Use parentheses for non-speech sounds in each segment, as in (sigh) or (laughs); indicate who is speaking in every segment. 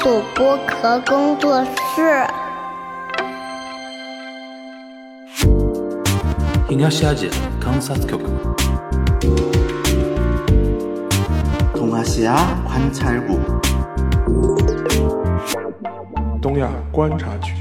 Speaker 1: 主播壳工作室。
Speaker 2: 東アジア観察局
Speaker 3: 동아시아관찰국
Speaker 4: 东亚观察局。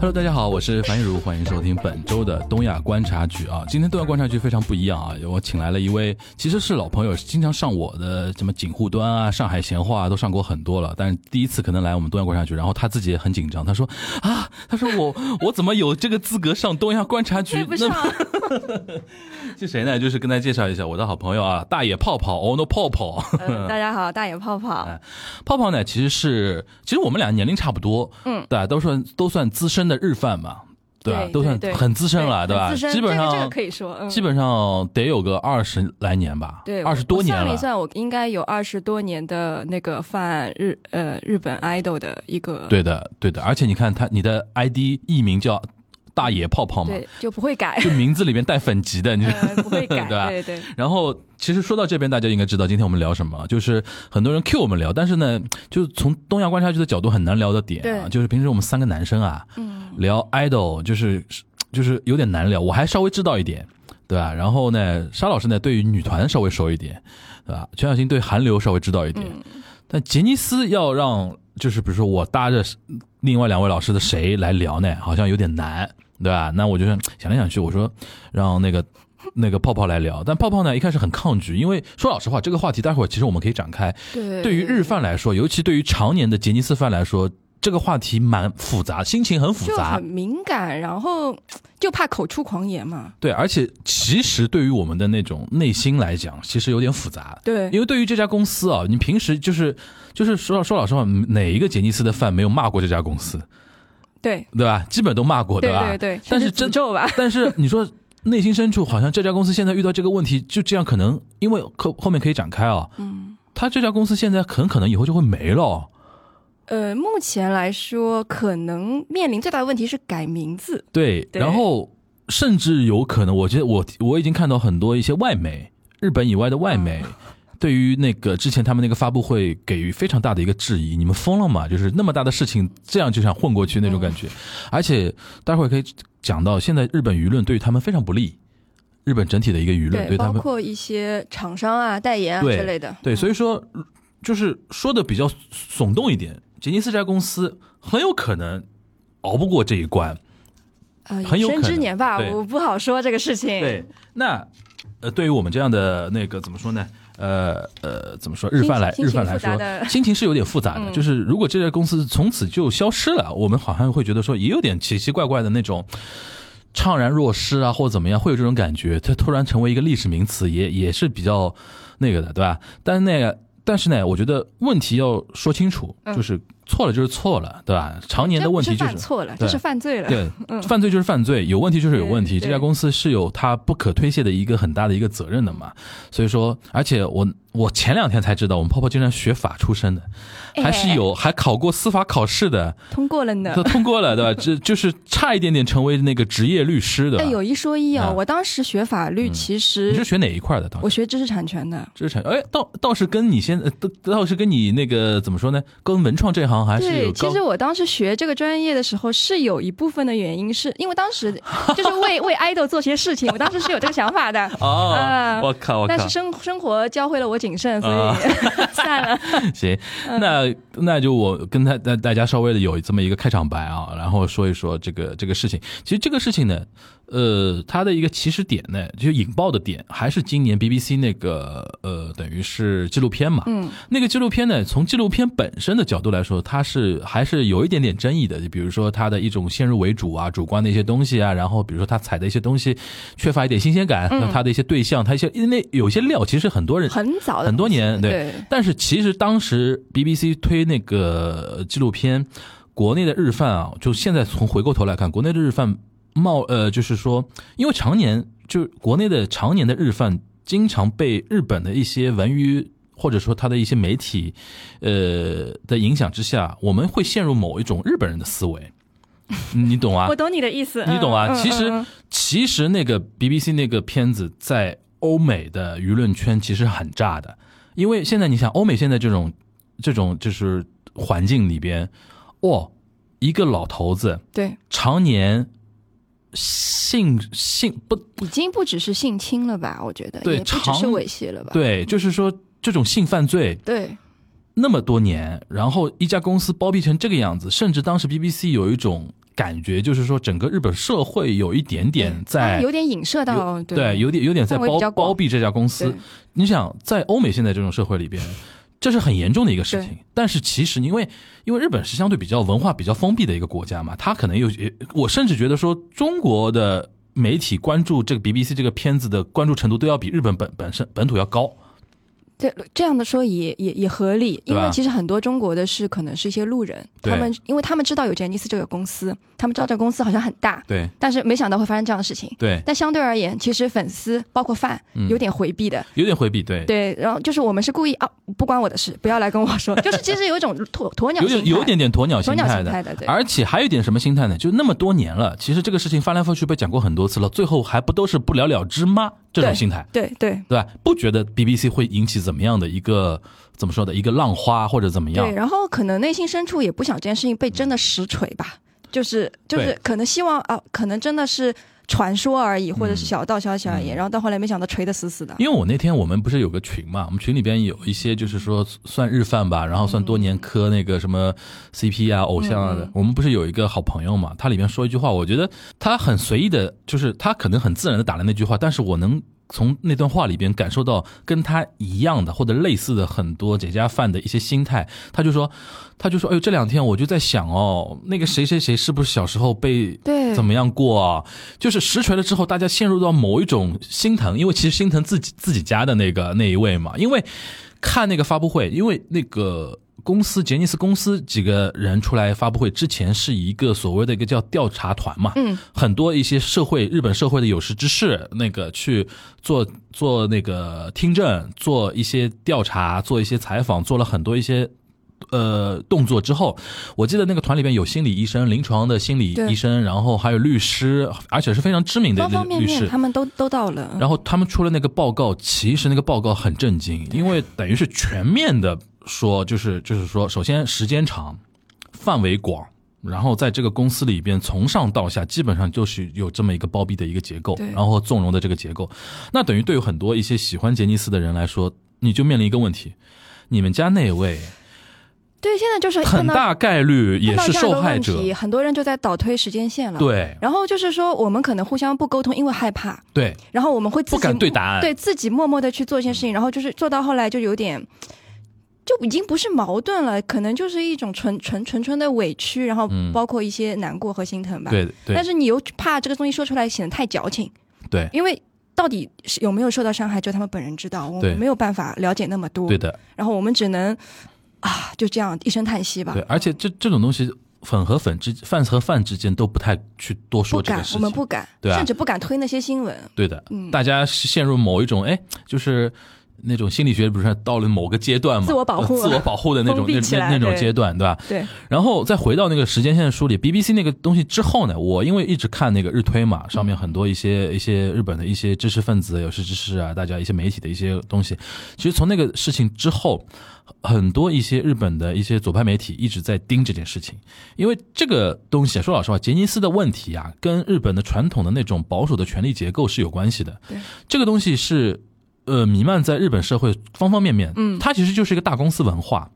Speaker 5: Hello，大家好，我是樊玉茹，欢迎收听本周的东亚观察局啊。今天东亚观察局非常不一样啊，我请来了一位其实是老朋友，经常上我的什么警护端啊、上海闲话、啊、都上过很多了，但是第一次可能来我们东亚观察局，然后他自己也很紧张，他说啊，他说我我怎么有这个资格上东亚观察局？
Speaker 6: 对不上
Speaker 5: 那。 (laughs) 是谁呢？就是跟大家介绍一下我的好朋友啊，大野泡泡，Ono 泡泡。
Speaker 6: 呃，大家好，大眼泡泡，
Speaker 5: 嗯哎泡泡呢，其实是其实我们俩年龄差不多，
Speaker 6: 嗯
Speaker 5: 对吧？都算都算资深的日饭嘛，吧？
Speaker 6: 对
Speaker 5: 都算
Speaker 6: 对对
Speaker 5: 很资深了，
Speaker 6: 对
Speaker 5: 吧？
Speaker 6: 很资深
Speaker 5: 基本
Speaker 6: 这
Speaker 5: 上、
Speaker 6: 个这个可以说嗯
Speaker 5: 基本上得有个二十来年吧，
Speaker 6: 对，
Speaker 5: 二十多年
Speaker 6: 我算
Speaker 5: 了
Speaker 6: 一。算，我应该有二十多年的那个犯日呃日本 idol 的一个
Speaker 5: 对的，对的，而且你看他，你的 ID 艺名叫大野泡泡嘛，
Speaker 6: 对就不会改，
Speaker 5: 就名字里面带粉级的，你知道吗
Speaker 6: (laughs) 呃不会改，
Speaker 5: (laughs) 对吧
Speaker 6: 对对，
Speaker 5: 然后，其实说到这边，大家应该知道今天我们聊什么，就是很多人 Q 我们聊，但是呢，就是从东亚观察局的角度很难聊的点啊，
Speaker 6: 对
Speaker 5: 就是平时我们三个男生啊，聊 idol 就是就是有点难聊，我还稍微知道一点，对吧？然后呢，沙老师呢对于女团稍微熟一点，对吧？全小新对韩流稍微知道一点，但杰尼斯要让就是比如说我搭着另外两位老师的谁来聊呢，好像有点难，对吧？那我就想来想去，我说让那个那个泡泡来聊，但泡泡呢一开始很抗拒，因为说老实话，这个话题待会儿其实我们可以展开。
Speaker 6: 对
Speaker 5: 对于日饭来说，尤其对于常年的杰尼斯饭来说，这个话题蛮复杂，心情很复
Speaker 6: 就
Speaker 5: 杂
Speaker 6: 很。敏感，然后就怕口出狂言嘛，
Speaker 5: 对，而且其实对于我们的那种内心来讲，其实有点复杂。
Speaker 6: 对
Speaker 5: 因为对于这家公司啊，你平时就是就是说说老实话，哪一个杰尼斯的饭没有骂过这家公司，
Speaker 6: 对
Speaker 5: 对吧？基本都骂过，
Speaker 6: 对
Speaker 5: 吧？
Speaker 6: 对对，
Speaker 5: 但是
Speaker 6: 甚至
Speaker 5: 真
Speaker 6: 诅咒吧， (laughs)
Speaker 5: 但是你说内心深处，好像这家公司现在遇到这个问题，就这样可能，因为后后面可以展开啊。
Speaker 6: 嗯，
Speaker 5: 他这家公司现在很可能以后就会没了哦。
Speaker 6: 呃，目前来说，可能面临最大的问题是改名字，
Speaker 5: 对，
Speaker 6: 对
Speaker 5: 然后甚至有可能，我觉得我我已经看到很多一些外媒，日本以外的外
Speaker 6: 嗯
Speaker 5: 媒。对于那个之前他们那个发布会给予非常大的一个质疑，你们疯了吗？就是那么大的事情，这样就想混过去那种感
Speaker 6: 嗯
Speaker 5: 觉，而且待会儿可以讲到，现在日本舆论对于他们非常不利，日本整体的一个舆论对他
Speaker 6: 包
Speaker 5: 们
Speaker 6: 括一些厂商啊、代言啊
Speaker 5: 对
Speaker 6: 之类的，
Speaker 5: 对，所以说就是说的比较耸动一点，杰尼斯这家公司很有可能熬不过这一关。
Speaker 6: 呃，
Speaker 5: 很有
Speaker 6: 有
Speaker 5: 可
Speaker 6: 生之
Speaker 5: 能
Speaker 6: 年吧，
Speaker 5: 对
Speaker 6: 我不好说这个事情。，
Speaker 5: 对，那呃，对于我们这样的那个怎么说呢？呃呃，怎么说？日
Speaker 6: 心
Speaker 5: 饭来
Speaker 6: 心
Speaker 5: 日
Speaker 6: 情
Speaker 5: 饭来
Speaker 6: 复杂的嗯
Speaker 5: 说，心情是有点复杂的。就是如果这家公司从此就消失了，我们好像会觉得说也有点奇奇怪怪的那种。怅然若失啊，或者怎么样，会有这种感觉。它突然成为一个历史名词，也也是比较那个的，对吧？但是那个，但是呢，我觉得问题要说清楚，就是错了就是错了，对吧？常年的
Speaker 6: 嗯这不
Speaker 5: 问
Speaker 6: 是
Speaker 5: 题就
Speaker 6: 犯错了，
Speaker 5: 对
Speaker 6: 这是犯罪了。
Speaker 5: (laughs) 对，犯罪就是犯罪，有问题就是有问题。
Speaker 6: 嗯对
Speaker 5: 这家公司是有它不可推卸的一个很大的一个责任的嘛。所以说，而且我我前两天才知道，我们泡泡竟然学法出身的，还是有还考过司法考试的，
Speaker 6: 通过了哎呢
Speaker 5: 都。通过了，对
Speaker 6: (laughs)
Speaker 5: 吧？这就是差一点点成为那个职业律师的。
Speaker 6: 但有
Speaker 5: 你
Speaker 6: 一说一
Speaker 5: 啊嗯
Speaker 6: 啊，我当时学法律，其实
Speaker 5: 是学哪一块的？当
Speaker 6: 我
Speaker 5: 时
Speaker 6: 学知识产权的。
Speaker 5: 知识产权，哎，倒倒是跟你现在倒倒是跟你那个怎么说呢？跟文创这行还是有高
Speaker 6: 对，其实我当时学这个专业的时候，是有一部分的原因，是因为当时就是
Speaker 5: (laughs)
Speaker 6: 为为 idol 做些事情，我当时是有这个想法的。
Speaker 5: 哦
Speaker 6: (laughs) 啊，
Speaker 5: 我靠，我靠！
Speaker 6: 但是生生活教会了我谨慎，所
Speaker 5: 啊
Speaker 6: 以 (laughs)
Speaker 5: (laughs)
Speaker 6: 算了。
Speaker 5: 行，那那就我跟他大大家稍微的有这么一个开场白啊，然后说一说这个这个事情。其实这个事情呢，呃，它的一个起始点呢，就是引爆的点，还是今年 BBC 那个呃，等于是纪录片嘛。嗯。那个纪录片呢，从纪录片本身的角度来说，它是还是有一点点争议的，就比如说它的一种先入为主啊、主观的一些东西啊，然后比如说它采的一些东西缺乏一点新鲜感，那它的一些对象，它一些因为有些料，其实嗯很多人
Speaker 6: 很早的
Speaker 5: 很多年，对。
Speaker 6: 对
Speaker 5: 但是其实当时 BBC 推那个呃纪录片，国内的日饭啊，就现在从回过头来看，国内的日饭冒呃，就是说，因为常年就国内的常年的日饭，经常被日本的一些文娱。或者说他的一些媒体，呃的影响之下，我们会陷入某一种日本人的思维，你懂啊？ (laughs)
Speaker 6: 我懂你的意思，
Speaker 5: 你懂啊？
Speaker 6: 嗯嗯嗯
Speaker 5: 其实、
Speaker 6: 嗯嗯
Speaker 5: 其实那个 BBC 那个片子在欧美的舆论圈其实很炸的，因为现在你想，欧美现在这种这种就是环境里边，哦，一个老头子
Speaker 6: 对，
Speaker 5: 常年性性不
Speaker 6: 已经不只是性侵了吧？我觉得
Speaker 5: 对
Speaker 6: 也不只
Speaker 5: 长
Speaker 6: 是猥亵了吧？
Speaker 5: 对，就是说这种性犯罪，
Speaker 6: 对
Speaker 5: 那么多年，然后一家公司包庇成这个样子，甚至当时 BBC 有一种感觉，就是说整个日本社会有一点点在、
Speaker 6: 啊有点影射到
Speaker 5: 有对有点有点在
Speaker 6: 范围比
Speaker 5: 包
Speaker 6: 较广
Speaker 5: 包庇这家公司
Speaker 6: 对。
Speaker 5: 你想，在欧美现在这种社会里边，这是很严重的一个事情
Speaker 6: 对。
Speaker 5: 但是其实因为因为日本是相对比较文化比较封闭的一个国家嘛，它可能有也我甚至觉得说中国的媒体关注这个 BBC 这个片子的关注程度都要比日本本本身本土要高。
Speaker 6: 对这样的说也也也合理，
Speaker 5: 对
Speaker 6: 因
Speaker 5: 吧
Speaker 6: 为其实很多中国的是可能是一些路人，
Speaker 5: 对
Speaker 6: 他们因为他们知道有杰尼斯这个公司，他们知道这个公司好像很大，
Speaker 5: 对
Speaker 6: 但是没想到会发生这样的事情。
Speaker 5: 对，
Speaker 6: 但相对而言，其实粉丝包括饭
Speaker 5: 嗯
Speaker 6: 有点回避的，
Speaker 5: 有点回避，对。
Speaker 6: 对，然后就是我们是故意啊，不关我的事，不要来跟我说，就是其实有一种 (laughs) 鸵鸵鸟
Speaker 5: 有
Speaker 6: 心
Speaker 5: 点
Speaker 6: 态，
Speaker 5: 有点点鸵鸟心
Speaker 6: 鸵鸟
Speaker 5: 态
Speaker 6: 心
Speaker 5: 的，
Speaker 6: 态的，对，
Speaker 5: 而且还有一点什么心态呢？就那么多年了，其实这个事情翻来覆去被讲过很多次了，最后还不都是不了了之吗？这种
Speaker 6: 对
Speaker 5: 心态，
Speaker 6: 对对
Speaker 5: 对吧？不觉得 BBC 会引起怎么样的一个怎么说的一个浪花或者怎么样
Speaker 6: 对，？啊然后可能内心深处也不想这件事情被真的实锤吧，就是就是
Speaker 5: 对
Speaker 6: 可能希望啊，可能真的是传说而已，或者是小道消息而已，然后到后来没想到锤的死死的。
Speaker 5: 嗯因为我那天我们不是有个群嘛，我们群里边有一些就是说算日饭吧，然后算多年磕那个什么 CP 啊、偶像啊的。我们不是有一个好朋友嘛，他里面说一句话，我觉得他很随意的，就是他可能很自然的打了那句话，但是我能。从那段话里边感受到跟他一样的或者类似的很多姐家饭的一些心态，他就说，他就说，哎呦，这两天我就在想哦，那个谁谁谁是不是小时候被
Speaker 6: 对
Speaker 5: 怎么样过啊？就是实锤了之后，大家陷入到某一种心疼，因为其实心疼自己自己家的那个那一位嘛，因为看那个发布会，因为那个。公司杰尼斯公司几个人出来发布会之前是一个所谓的一个叫调查团嘛，
Speaker 6: 嗯，
Speaker 5: 很多一些社会日本社会的有识之士，那个去做做那个听证，做一些调查，做一些采访，做了很多一些呃动作之后，我记得那个团里边有心理医生、临床的心理
Speaker 6: 对
Speaker 5: 医生，然后还有律师，而且是非常知名的
Speaker 6: 方
Speaker 5: 那
Speaker 6: 方
Speaker 5: 个
Speaker 6: 面
Speaker 5: 律
Speaker 6: 面
Speaker 5: 师
Speaker 6: 他。们都都到了，
Speaker 5: 然后他们出了那个报告，其实那个报告很震惊，因为等于是全面的说，就是就是说，首先时间长，范围广，然后在这个公司里边从上到下，基本上就是有这么一个包庇的一个结构
Speaker 6: 对，
Speaker 5: 然后纵容的这个结构，那等于对于很多一些喜欢杰尼斯的人来说，你就面临一个问题，你们家那位
Speaker 6: 对，现在就是
Speaker 5: 很
Speaker 6: 碰到
Speaker 5: 大概率也
Speaker 6: 碰到
Speaker 5: 是
Speaker 6: 这样
Speaker 5: 受
Speaker 6: 的
Speaker 5: 害
Speaker 6: 问
Speaker 5: 者，
Speaker 6: 题，很多人就在倒推时间线了。。
Speaker 5: 对
Speaker 6: 然后就是说，我们可能互相不沟通，因为害怕，
Speaker 5: 对，
Speaker 6: 然后我们会自己
Speaker 5: 不敢对答案
Speaker 6: 对自己默默的去做一些事
Speaker 5: 嗯
Speaker 6: 情，然后就是做到后来就有点，就已经不是矛盾了，可能就是一种纯纯纯纯的委屈，然后
Speaker 5: 嗯
Speaker 6: 包括一些难过和心疼吧。
Speaker 5: 对对
Speaker 6: 但是你又怕这个东西说出来显得太矫情，
Speaker 5: 对
Speaker 6: 因为到底是有没有受到伤害，就他们本人知道，我
Speaker 5: 对
Speaker 6: 们没有办法了解那么多。
Speaker 5: 对的，
Speaker 6: 然后我们只能啊，就这样一声叹息吧。
Speaker 5: 对，而且这这种东西，粉和粉之饭和饭之间都不太去多
Speaker 6: 不
Speaker 5: 说这
Speaker 6: 敢
Speaker 5: 个，事
Speaker 6: 我
Speaker 5: 情，
Speaker 6: 们不嗯敢，
Speaker 5: 对啊
Speaker 6: 甚至不敢推那些新闻。
Speaker 5: 对的，大家是陷入某一种哎，就是那种心理学，不是到了某个阶段嘛，
Speaker 6: 自我保护
Speaker 5: 呃自我保护的那种
Speaker 6: 封闭
Speaker 5: 那
Speaker 6: 起来
Speaker 5: 那那种
Speaker 6: 对
Speaker 5: 阶段，对吧？
Speaker 6: 对，
Speaker 5: 然后再回到那个时间线梳理 BBC 那个东西之后呢，我因为一直看那个日推嘛，上面很多一些一些日本的一些知识分子、有识之士啊，大家一些媒体的一些东西，其实从那个事情之后，很多一些日本的一些左派媒体一直在盯这件事情，因为这个东西啊说老实话，杰尼斯的问题啊，跟日本的传统的那种保守的权力结构是有关系的
Speaker 6: 对。
Speaker 5: 这个东西是呃弥漫在日本社会方方面面，嗯，它其实就是一个大公司文化。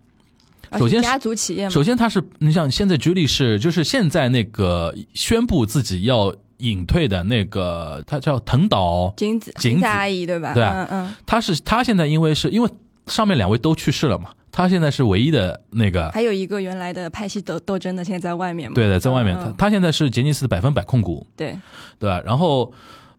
Speaker 6: 而
Speaker 5: 首
Speaker 6: 且
Speaker 5: 先是
Speaker 6: 家族企业嘛，
Speaker 5: 首先，他是你像现在举例是，就是现在那个宣布自己要隐退的那个，他叫藤岛，
Speaker 6: 金子
Speaker 5: 景子
Speaker 6: 阿姨对吧？
Speaker 5: 对啊
Speaker 6: 嗯嗯，
Speaker 5: 他是他现在因为是因为上面两位都去世了嘛，他现在是唯一的那个，
Speaker 6: 还有一个原来的派系斗斗争的，现在在外面嘛。
Speaker 5: 对的，在外面，
Speaker 6: 嗯
Speaker 5: 他
Speaker 6: 嗯
Speaker 5: 他现在是杰尼斯的百分百控股，
Speaker 6: 对
Speaker 5: 对吧？然后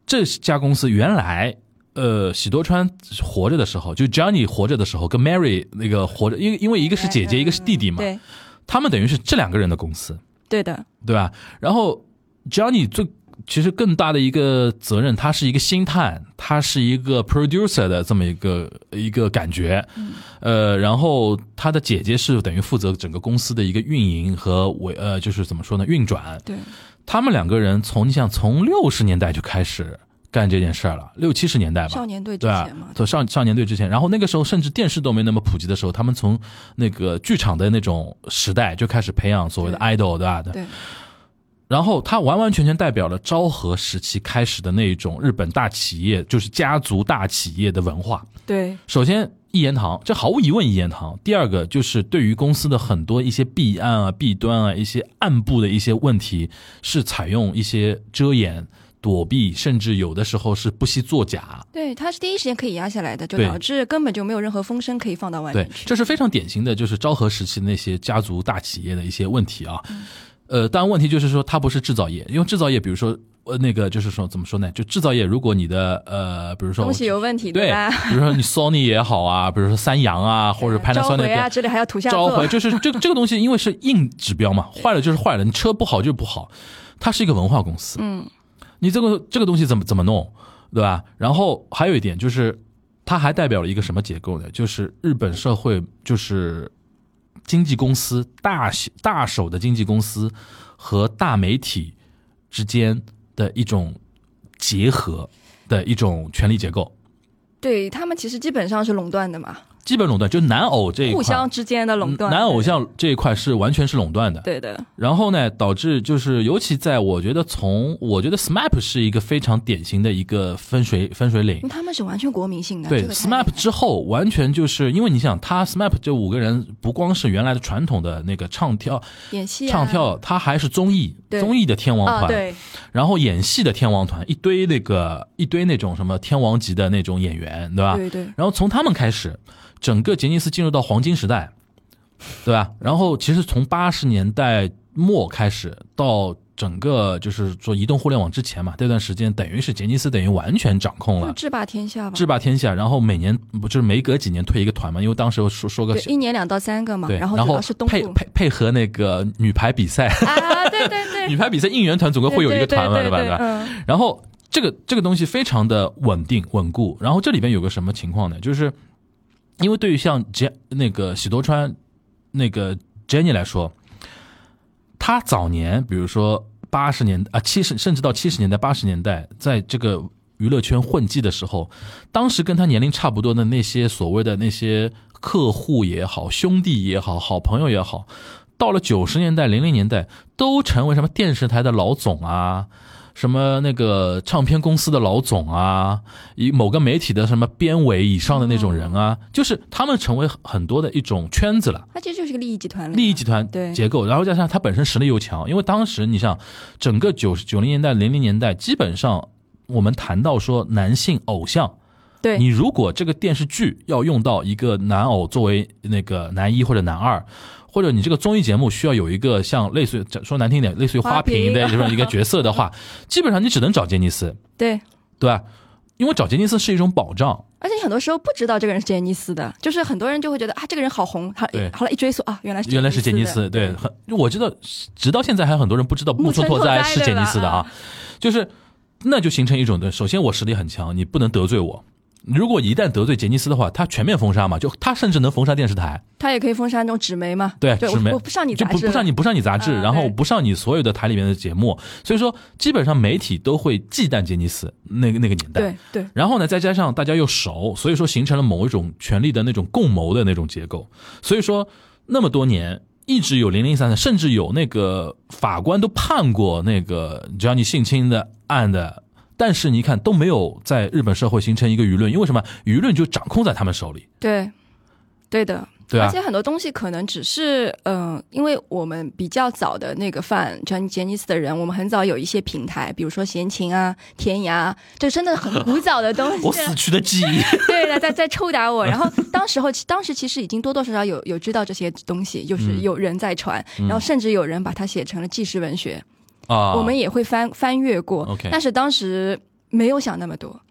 Speaker 5: 这家公司原来。呃，喜多川活着的时候，就 Johnny 活着的时候，跟 Mary 那个活着，因为因为一个是姐姐，一个是弟弟嘛，
Speaker 6: 对
Speaker 5: 他们等于是这两个人的公司，
Speaker 6: 对的，
Speaker 5: 对吧？然后 Johnny 最其实更大的一个责任，他是一个星探，他是一个 producer 的这么一个一个感觉，
Speaker 6: 嗯
Speaker 5: 呃，然后他的姐姐是等于负责整个公司的一个运营和维呃，就是怎么说呢，运转。
Speaker 6: 对
Speaker 5: 他们两个人从你想从六十年代就开始干这件事儿了，六七十年代吧，
Speaker 6: 少年队之
Speaker 5: 对啊
Speaker 6: 前嘛，，
Speaker 5: 从少少年队之前，然后那个时候甚至电视都没那么普及的时候，他们从那个剧场的那种时代就开始培养所谓的
Speaker 6: 对
Speaker 5: idol，对吧？
Speaker 6: 对，
Speaker 5: 然后它完完全全代表了昭和时期开始的那种日本大企业，就是家族大企业的文化。
Speaker 6: 对，
Speaker 5: 首先，一言堂，这毫无疑问一言堂。第二个就是对于公司的很多一些弊案啊、弊端啊、一些暗部的一些问题，是采用一些遮掩、躲避，甚至有的时候是不惜作假。
Speaker 6: 对，他是第一时间可以压下来的，就
Speaker 5: 对
Speaker 6: 导致根本就没有任何风声可以放到外
Speaker 5: 对
Speaker 6: 面，去。
Speaker 5: 这是非常典型的，就是昭和时期那些家族大企业的一些问题啊。
Speaker 6: 嗯
Speaker 5: 呃，当然问题就是说，它不是制造业，因为制造业，比如说呃，那个就是说怎么说呢？就制造业，如果你的呃，比如说
Speaker 6: 东西有问题，
Speaker 5: 对
Speaker 6: 吧？，
Speaker 5: 比如说你 Sony 也好啊，比如说三洋啊，或者
Speaker 6: (laughs) 召
Speaker 5: Panasonic
Speaker 6: 回啊
Speaker 5: 也
Speaker 6: 之类还要图下
Speaker 5: 召
Speaker 6: 作
Speaker 5: 回，，就是这这个东西，因为是硬指标嘛，坏了就是坏了，你车不好就不好，它是一个文化公司，
Speaker 6: 嗯，
Speaker 5: 你这个这个东西怎么怎么弄，对吧？然后还有一点就是，它还代表了一个什么结构呢？就是日本社会就是经纪公司大型大手的经纪公司和大媒体之间的一种结合的一种权力结构。
Speaker 6: 对他们其实基本上是垄断的嘛，
Speaker 5: 基本垄断，就男偶这一块，嗯
Speaker 6: 互相之间的垄断。
Speaker 5: 男偶像这一块是完全是垄断的。
Speaker 6: 对的，
Speaker 5: 然后呢，导致就是尤其在我觉得从我觉得 SMAP 是一个非常典型的一个分水分水岭
Speaker 6: 因为。他们是完全国民性的。
Speaker 5: 对
Speaker 6: 这个太
Speaker 5: SMAP 之后，完全就是因为你想，他 SMAP 这五个人不光是原来的传统的那个唱跳
Speaker 6: 演戏啊
Speaker 5: 唱跳，他还是综艺
Speaker 6: 对
Speaker 5: 综艺的天王
Speaker 6: 啊，
Speaker 5: 团，
Speaker 6: 对
Speaker 5: 然后演戏的天王团，一堆那个一堆那种什么天王级的那种演员，对吧？
Speaker 6: 对对，
Speaker 5: 然后从他们开始，整个杰尼斯进入到黄金时代，对吧？然后其实从八十年代末开始到整个就是说移动互联网之前嘛，这段时间等于是杰尼斯等于完全掌控
Speaker 6: 就
Speaker 5: 了。
Speaker 6: 制霸天下吧，
Speaker 5: 制霸天下，然后每年不就是每隔几年推一个团嘛？因为当时说说个
Speaker 6: 对一年两到三个嘛，
Speaker 5: 对，
Speaker 6: 后
Speaker 5: 然
Speaker 6: 主
Speaker 5: 后
Speaker 6: 要是东
Speaker 5: 配
Speaker 6: 部
Speaker 5: 配配合那个女排比赛， (laughs)
Speaker 6: 啊，对对对，
Speaker 5: 女排比赛应援团总归会有一个团嘛，
Speaker 6: 对
Speaker 5: 吧？
Speaker 6: 对
Speaker 5: 对吧？
Speaker 6: 嗯，
Speaker 5: 然后这个这个东西非常的稳定稳固。然后这里边有个什么情况呢？就是因为对于像杰那个喜多川那个 Jenny 来说，他早年比如说八十年啊七十甚至到七十年代八十年代，在这个娱乐圈混迹的时候，当时跟他年龄差不多的那些所谓的那些客户也好、兄弟也好、好朋友也好，到了九十年代、零零年代，都成为什么电视台的老总啊，什么那个唱片公司的老总啊，以某个媒体的什么编委以上的那种人啊，就是他们成为很多的一种圈子了。
Speaker 6: 它其实就是个利益集团了，
Speaker 5: 利益集团
Speaker 6: 对
Speaker 5: 结构，然后加上他本身实力又强，因为当时你像整个九九零年代、零零年代，基本上我们谈到说男性偶像，
Speaker 6: 对
Speaker 5: 你如果这个电视剧要用到一个男偶作为那个男一或者男二，或者你这个综艺节目需要有一个像类似于说难听点，类似于花瓶的
Speaker 6: 花
Speaker 5: 这么一个角色的 (laughs) 话，基本上你只能找杰尼斯，
Speaker 6: 对。
Speaker 5: 对吧？因为找杰尼斯是一种保障，
Speaker 6: 而且你很多时候不知道这个人是杰尼斯的，就是很多人就会觉得啊，这个人好红，好
Speaker 5: 对
Speaker 6: 好了，一追溯啊，原来是
Speaker 5: 原来是杰尼
Speaker 6: 的
Speaker 5: 斯，对，很我知道，直到现在还有很多人不知道木村拓哉是杰尼斯的啊，就是那就形成一种的，首先我实力很强，你不能得罪我。如果一旦得罪杰尼斯的话，他全面封杀嘛，就他甚至能封杀电视台，
Speaker 6: 他也可以封杀那种纸媒嘛，
Speaker 5: 对，
Speaker 6: 就
Speaker 5: 纸媒
Speaker 6: 我我不上你
Speaker 5: 就
Speaker 6: 杂
Speaker 5: 不
Speaker 6: 志了，
Speaker 5: 不上你不上你杂志，
Speaker 6: 嗯
Speaker 5: 然后
Speaker 6: 对
Speaker 5: 不上你所有的台里面的节目，所以说基本上媒体都会忌惮杰尼斯那个那个年代，
Speaker 6: 对对，
Speaker 5: 然后呢，再加上大家又熟，所以说形成了某一种权力的那种共谋的那种结构。所以说那么多年一直有零零散散，甚至有那个法官都判过那个只要你性侵的案的，但是你看都没有在日本社会形成一个舆论，因为什么？舆论就掌控在他们手里，
Speaker 6: 对，对的。
Speaker 5: 对啊
Speaker 6: 而
Speaker 5: 吧
Speaker 6: 且？很多东西可能只是，嗯、因为我们比较早的那个范杰杰尼斯的人，我们很早有一些平台，比如说闲情啊、天涯啊，这真的很古早的东西。
Speaker 5: 我死去的记
Speaker 6: (laughs)
Speaker 5: 忆，
Speaker 6: 对的，在在抽打我。然后当时候，当时其实已经多多少少有有知道这些东西，就是
Speaker 5: 嗯
Speaker 6: 有人在传，然后甚至有人把它写成了纪实文学，
Speaker 5: 啊，
Speaker 6: 我们也会翻翻阅过。
Speaker 5: OK
Speaker 6: 但是当时没有想那么多，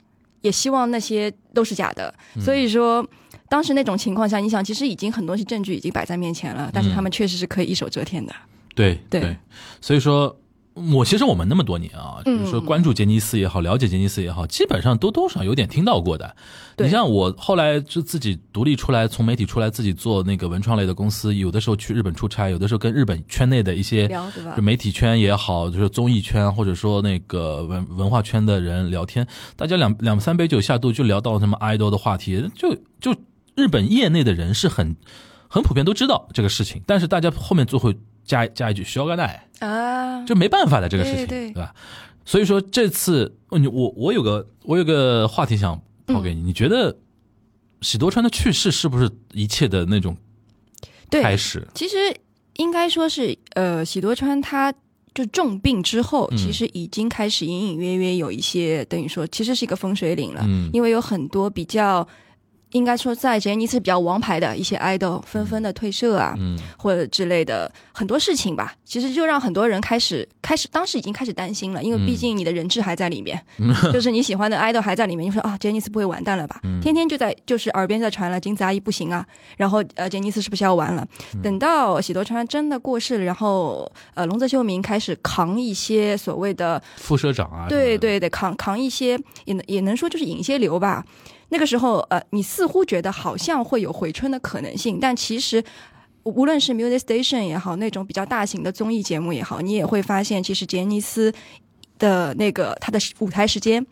Speaker 6: 也希望那些都是假的。
Speaker 5: 嗯
Speaker 6: 所以说，当时那种情况下，你想，其实已经很多是证
Speaker 5: 嗯
Speaker 6: 据已经摆在面前了，但是他们确实是可以一手遮天的。
Speaker 5: 对
Speaker 6: 对
Speaker 5: 对，所以说。我其实我们那么多年啊，就是说关注杰尼斯也好，了解杰尼斯也好，基本上都多少有点听到过的。
Speaker 6: 对
Speaker 5: 你像我后来就自己独立出来，从媒体出来自己做那个文创类的公司，有的时候去日本出差，有的时候跟日本圈内的一些
Speaker 6: 聊对吧
Speaker 5: 就媒体圈也好，就是综艺圈或者说那个文文化圈的人聊天，大家两两三杯酒下肚就聊到什么 idol 的话题，就就日本业内的人是很很普遍都知道这个事情，但是大家后面就会加加一句“需要干代”。
Speaker 6: 啊，
Speaker 5: 就没办法的这个事情，
Speaker 6: 对对
Speaker 5: 吧？所以说这次，哦你我我有个我有个话题想抛给你，
Speaker 6: 嗯
Speaker 5: 你觉得喜多川的去世是不是一切的那种
Speaker 6: 对
Speaker 5: 开始？
Speaker 6: 其实应该说是，呃，喜多川他就重病之后，
Speaker 5: 嗯
Speaker 6: 其实已经开始隐隐约约有一些，等于说其实是一个分水岭了，
Speaker 5: 嗯
Speaker 6: 因为有很多比较。应该说，在杰尼斯比较王牌的一些 idol 纷纷的退社啊，
Speaker 5: 嗯
Speaker 6: 或者之类的很多事情吧，其实就让很多人开始开始，当时已经开始担心了，因为毕竟你的人质还在里面，就是你喜欢的 idol 还在里面，你说啊，杰尼斯不会完蛋了吧？天天就在就是耳边在传了金子阿姨不行啊，然后呃，杰尼斯是不是要完了？等到喜多川真的过世了，然后呃，龙泽秀明开始扛一些所谓的
Speaker 5: 副社长啊，
Speaker 6: 对
Speaker 5: 什么的，
Speaker 6: 对对，扛扛一些也能也能说就是引一些流吧。那个时候，呃，你似乎觉得好像会有回春的可能性，但其实无论是 Music Station 也好，那种比较大型的综艺节目也好，你也会发现，其实杰尼斯的那个他的舞台时间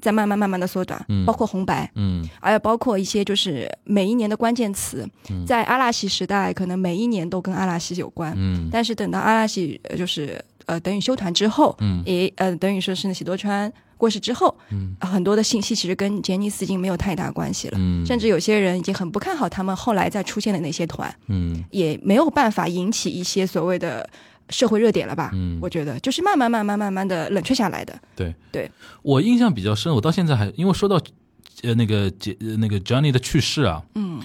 Speaker 6: 在慢慢慢慢的缩短，
Speaker 5: 嗯
Speaker 6: 包括红白，
Speaker 5: 嗯
Speaker 6: 还有包括一些就是每一年的关键词，在阿拉西时代，可能每一年都跟阿拉西有关，
Speaker 5: 嗯
Speaker 6: 但是等到阿拉西呃就是呃等于休团之后，
Speaker 5: 嗯
Speaker 6: 也呃等于说是喜多川过世之后，
Speaker 5: 嗯
Speaker 6: 呃很多的信息其实跟杰尼斯已经没有太大关系了，
Speaker 5: 嗯，
Speaker 6: 甚至有些人已经很不看好他们后来再出现的那些团，
Speaker 5: 嗯
Speaker 6: 也没有办法引起一些所谓的社会热点了吧？
Speaker 5: 嗯
Speaker 6: 我觉得就是慢慢慢慢慢慢的冷却下来的，
Speaker 5: 对
Speaker 6: 对。
Speaker 5: 我印象比较深，我到现在还因为说到呃那个杰呃那个 Johnny 的去世啊，嗯，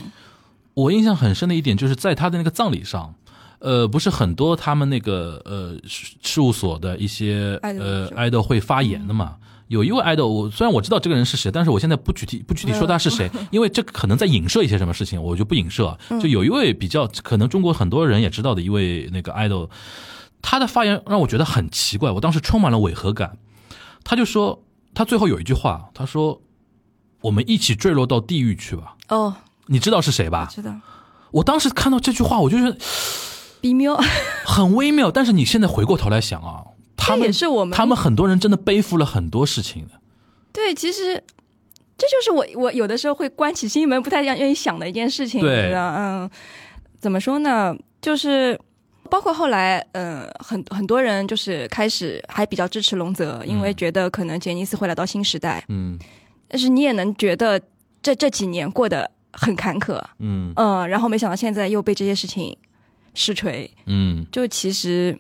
Speaker 5: 我印象很深的一点就是在他的那个葬礼上。呃，不是很多他们那个呃事事务所的一些
Speaker 6: idol
Speaker 5: 呃
Speaker 6: 是吧嗯
Speaker 5: idol 会发言的嘛。有一位 idol，我虽然我知道这个人是谁，但是我现在不具体不具体说他是
Speaker 6: (laughs)
Speaker 5: 谁，因为这可能在影射一些什么事情，我就不影射。
Speaker 6: 嗯
Speaker 5: 就有一位比较可能中国很多人也知道的一位那个 idol，他的发言让我觉得很奇怪，我当时充满了违和感。他就说，他最后有一句话，他说：“我们一起坠落到地狱去吧。
Speaker 6: 哦，”
Speaker 5: 你知道是谁吧？
Speaker 6: 知道，
Speaker 5: 我当时看到这句话，我就觉得
Speaker 6: 比喵，
Speaker 5: 很微妙。但是你现在回过头来想啊，他
Speaker 6: 这
Speaker 5: 们
Speaker 6: 也是我们
Speaker 5: 他们很多人真的背负了很多事情的。
Speaker 6: 对，其实这就是我我有的时候会关起心门，不太愿意想的一件事情。
Speaker 5: 对
Speaker 6: 你知道嗯，怎么说呢？就是包括后来，嗯、很很多人就是开始还比较支持龙泽，因为觉得可能杰尼斯会来到新时代，
Speaker 5: 嗯
Speaker 6: 但是你也能觉得这这几年过得很坎坷，
Speaker 5: 嗯
Speaker 6: 嗯，然后没想到现在又被这些事情实锤，
Speaker 5: 嗯，
Speaker 6: 就其实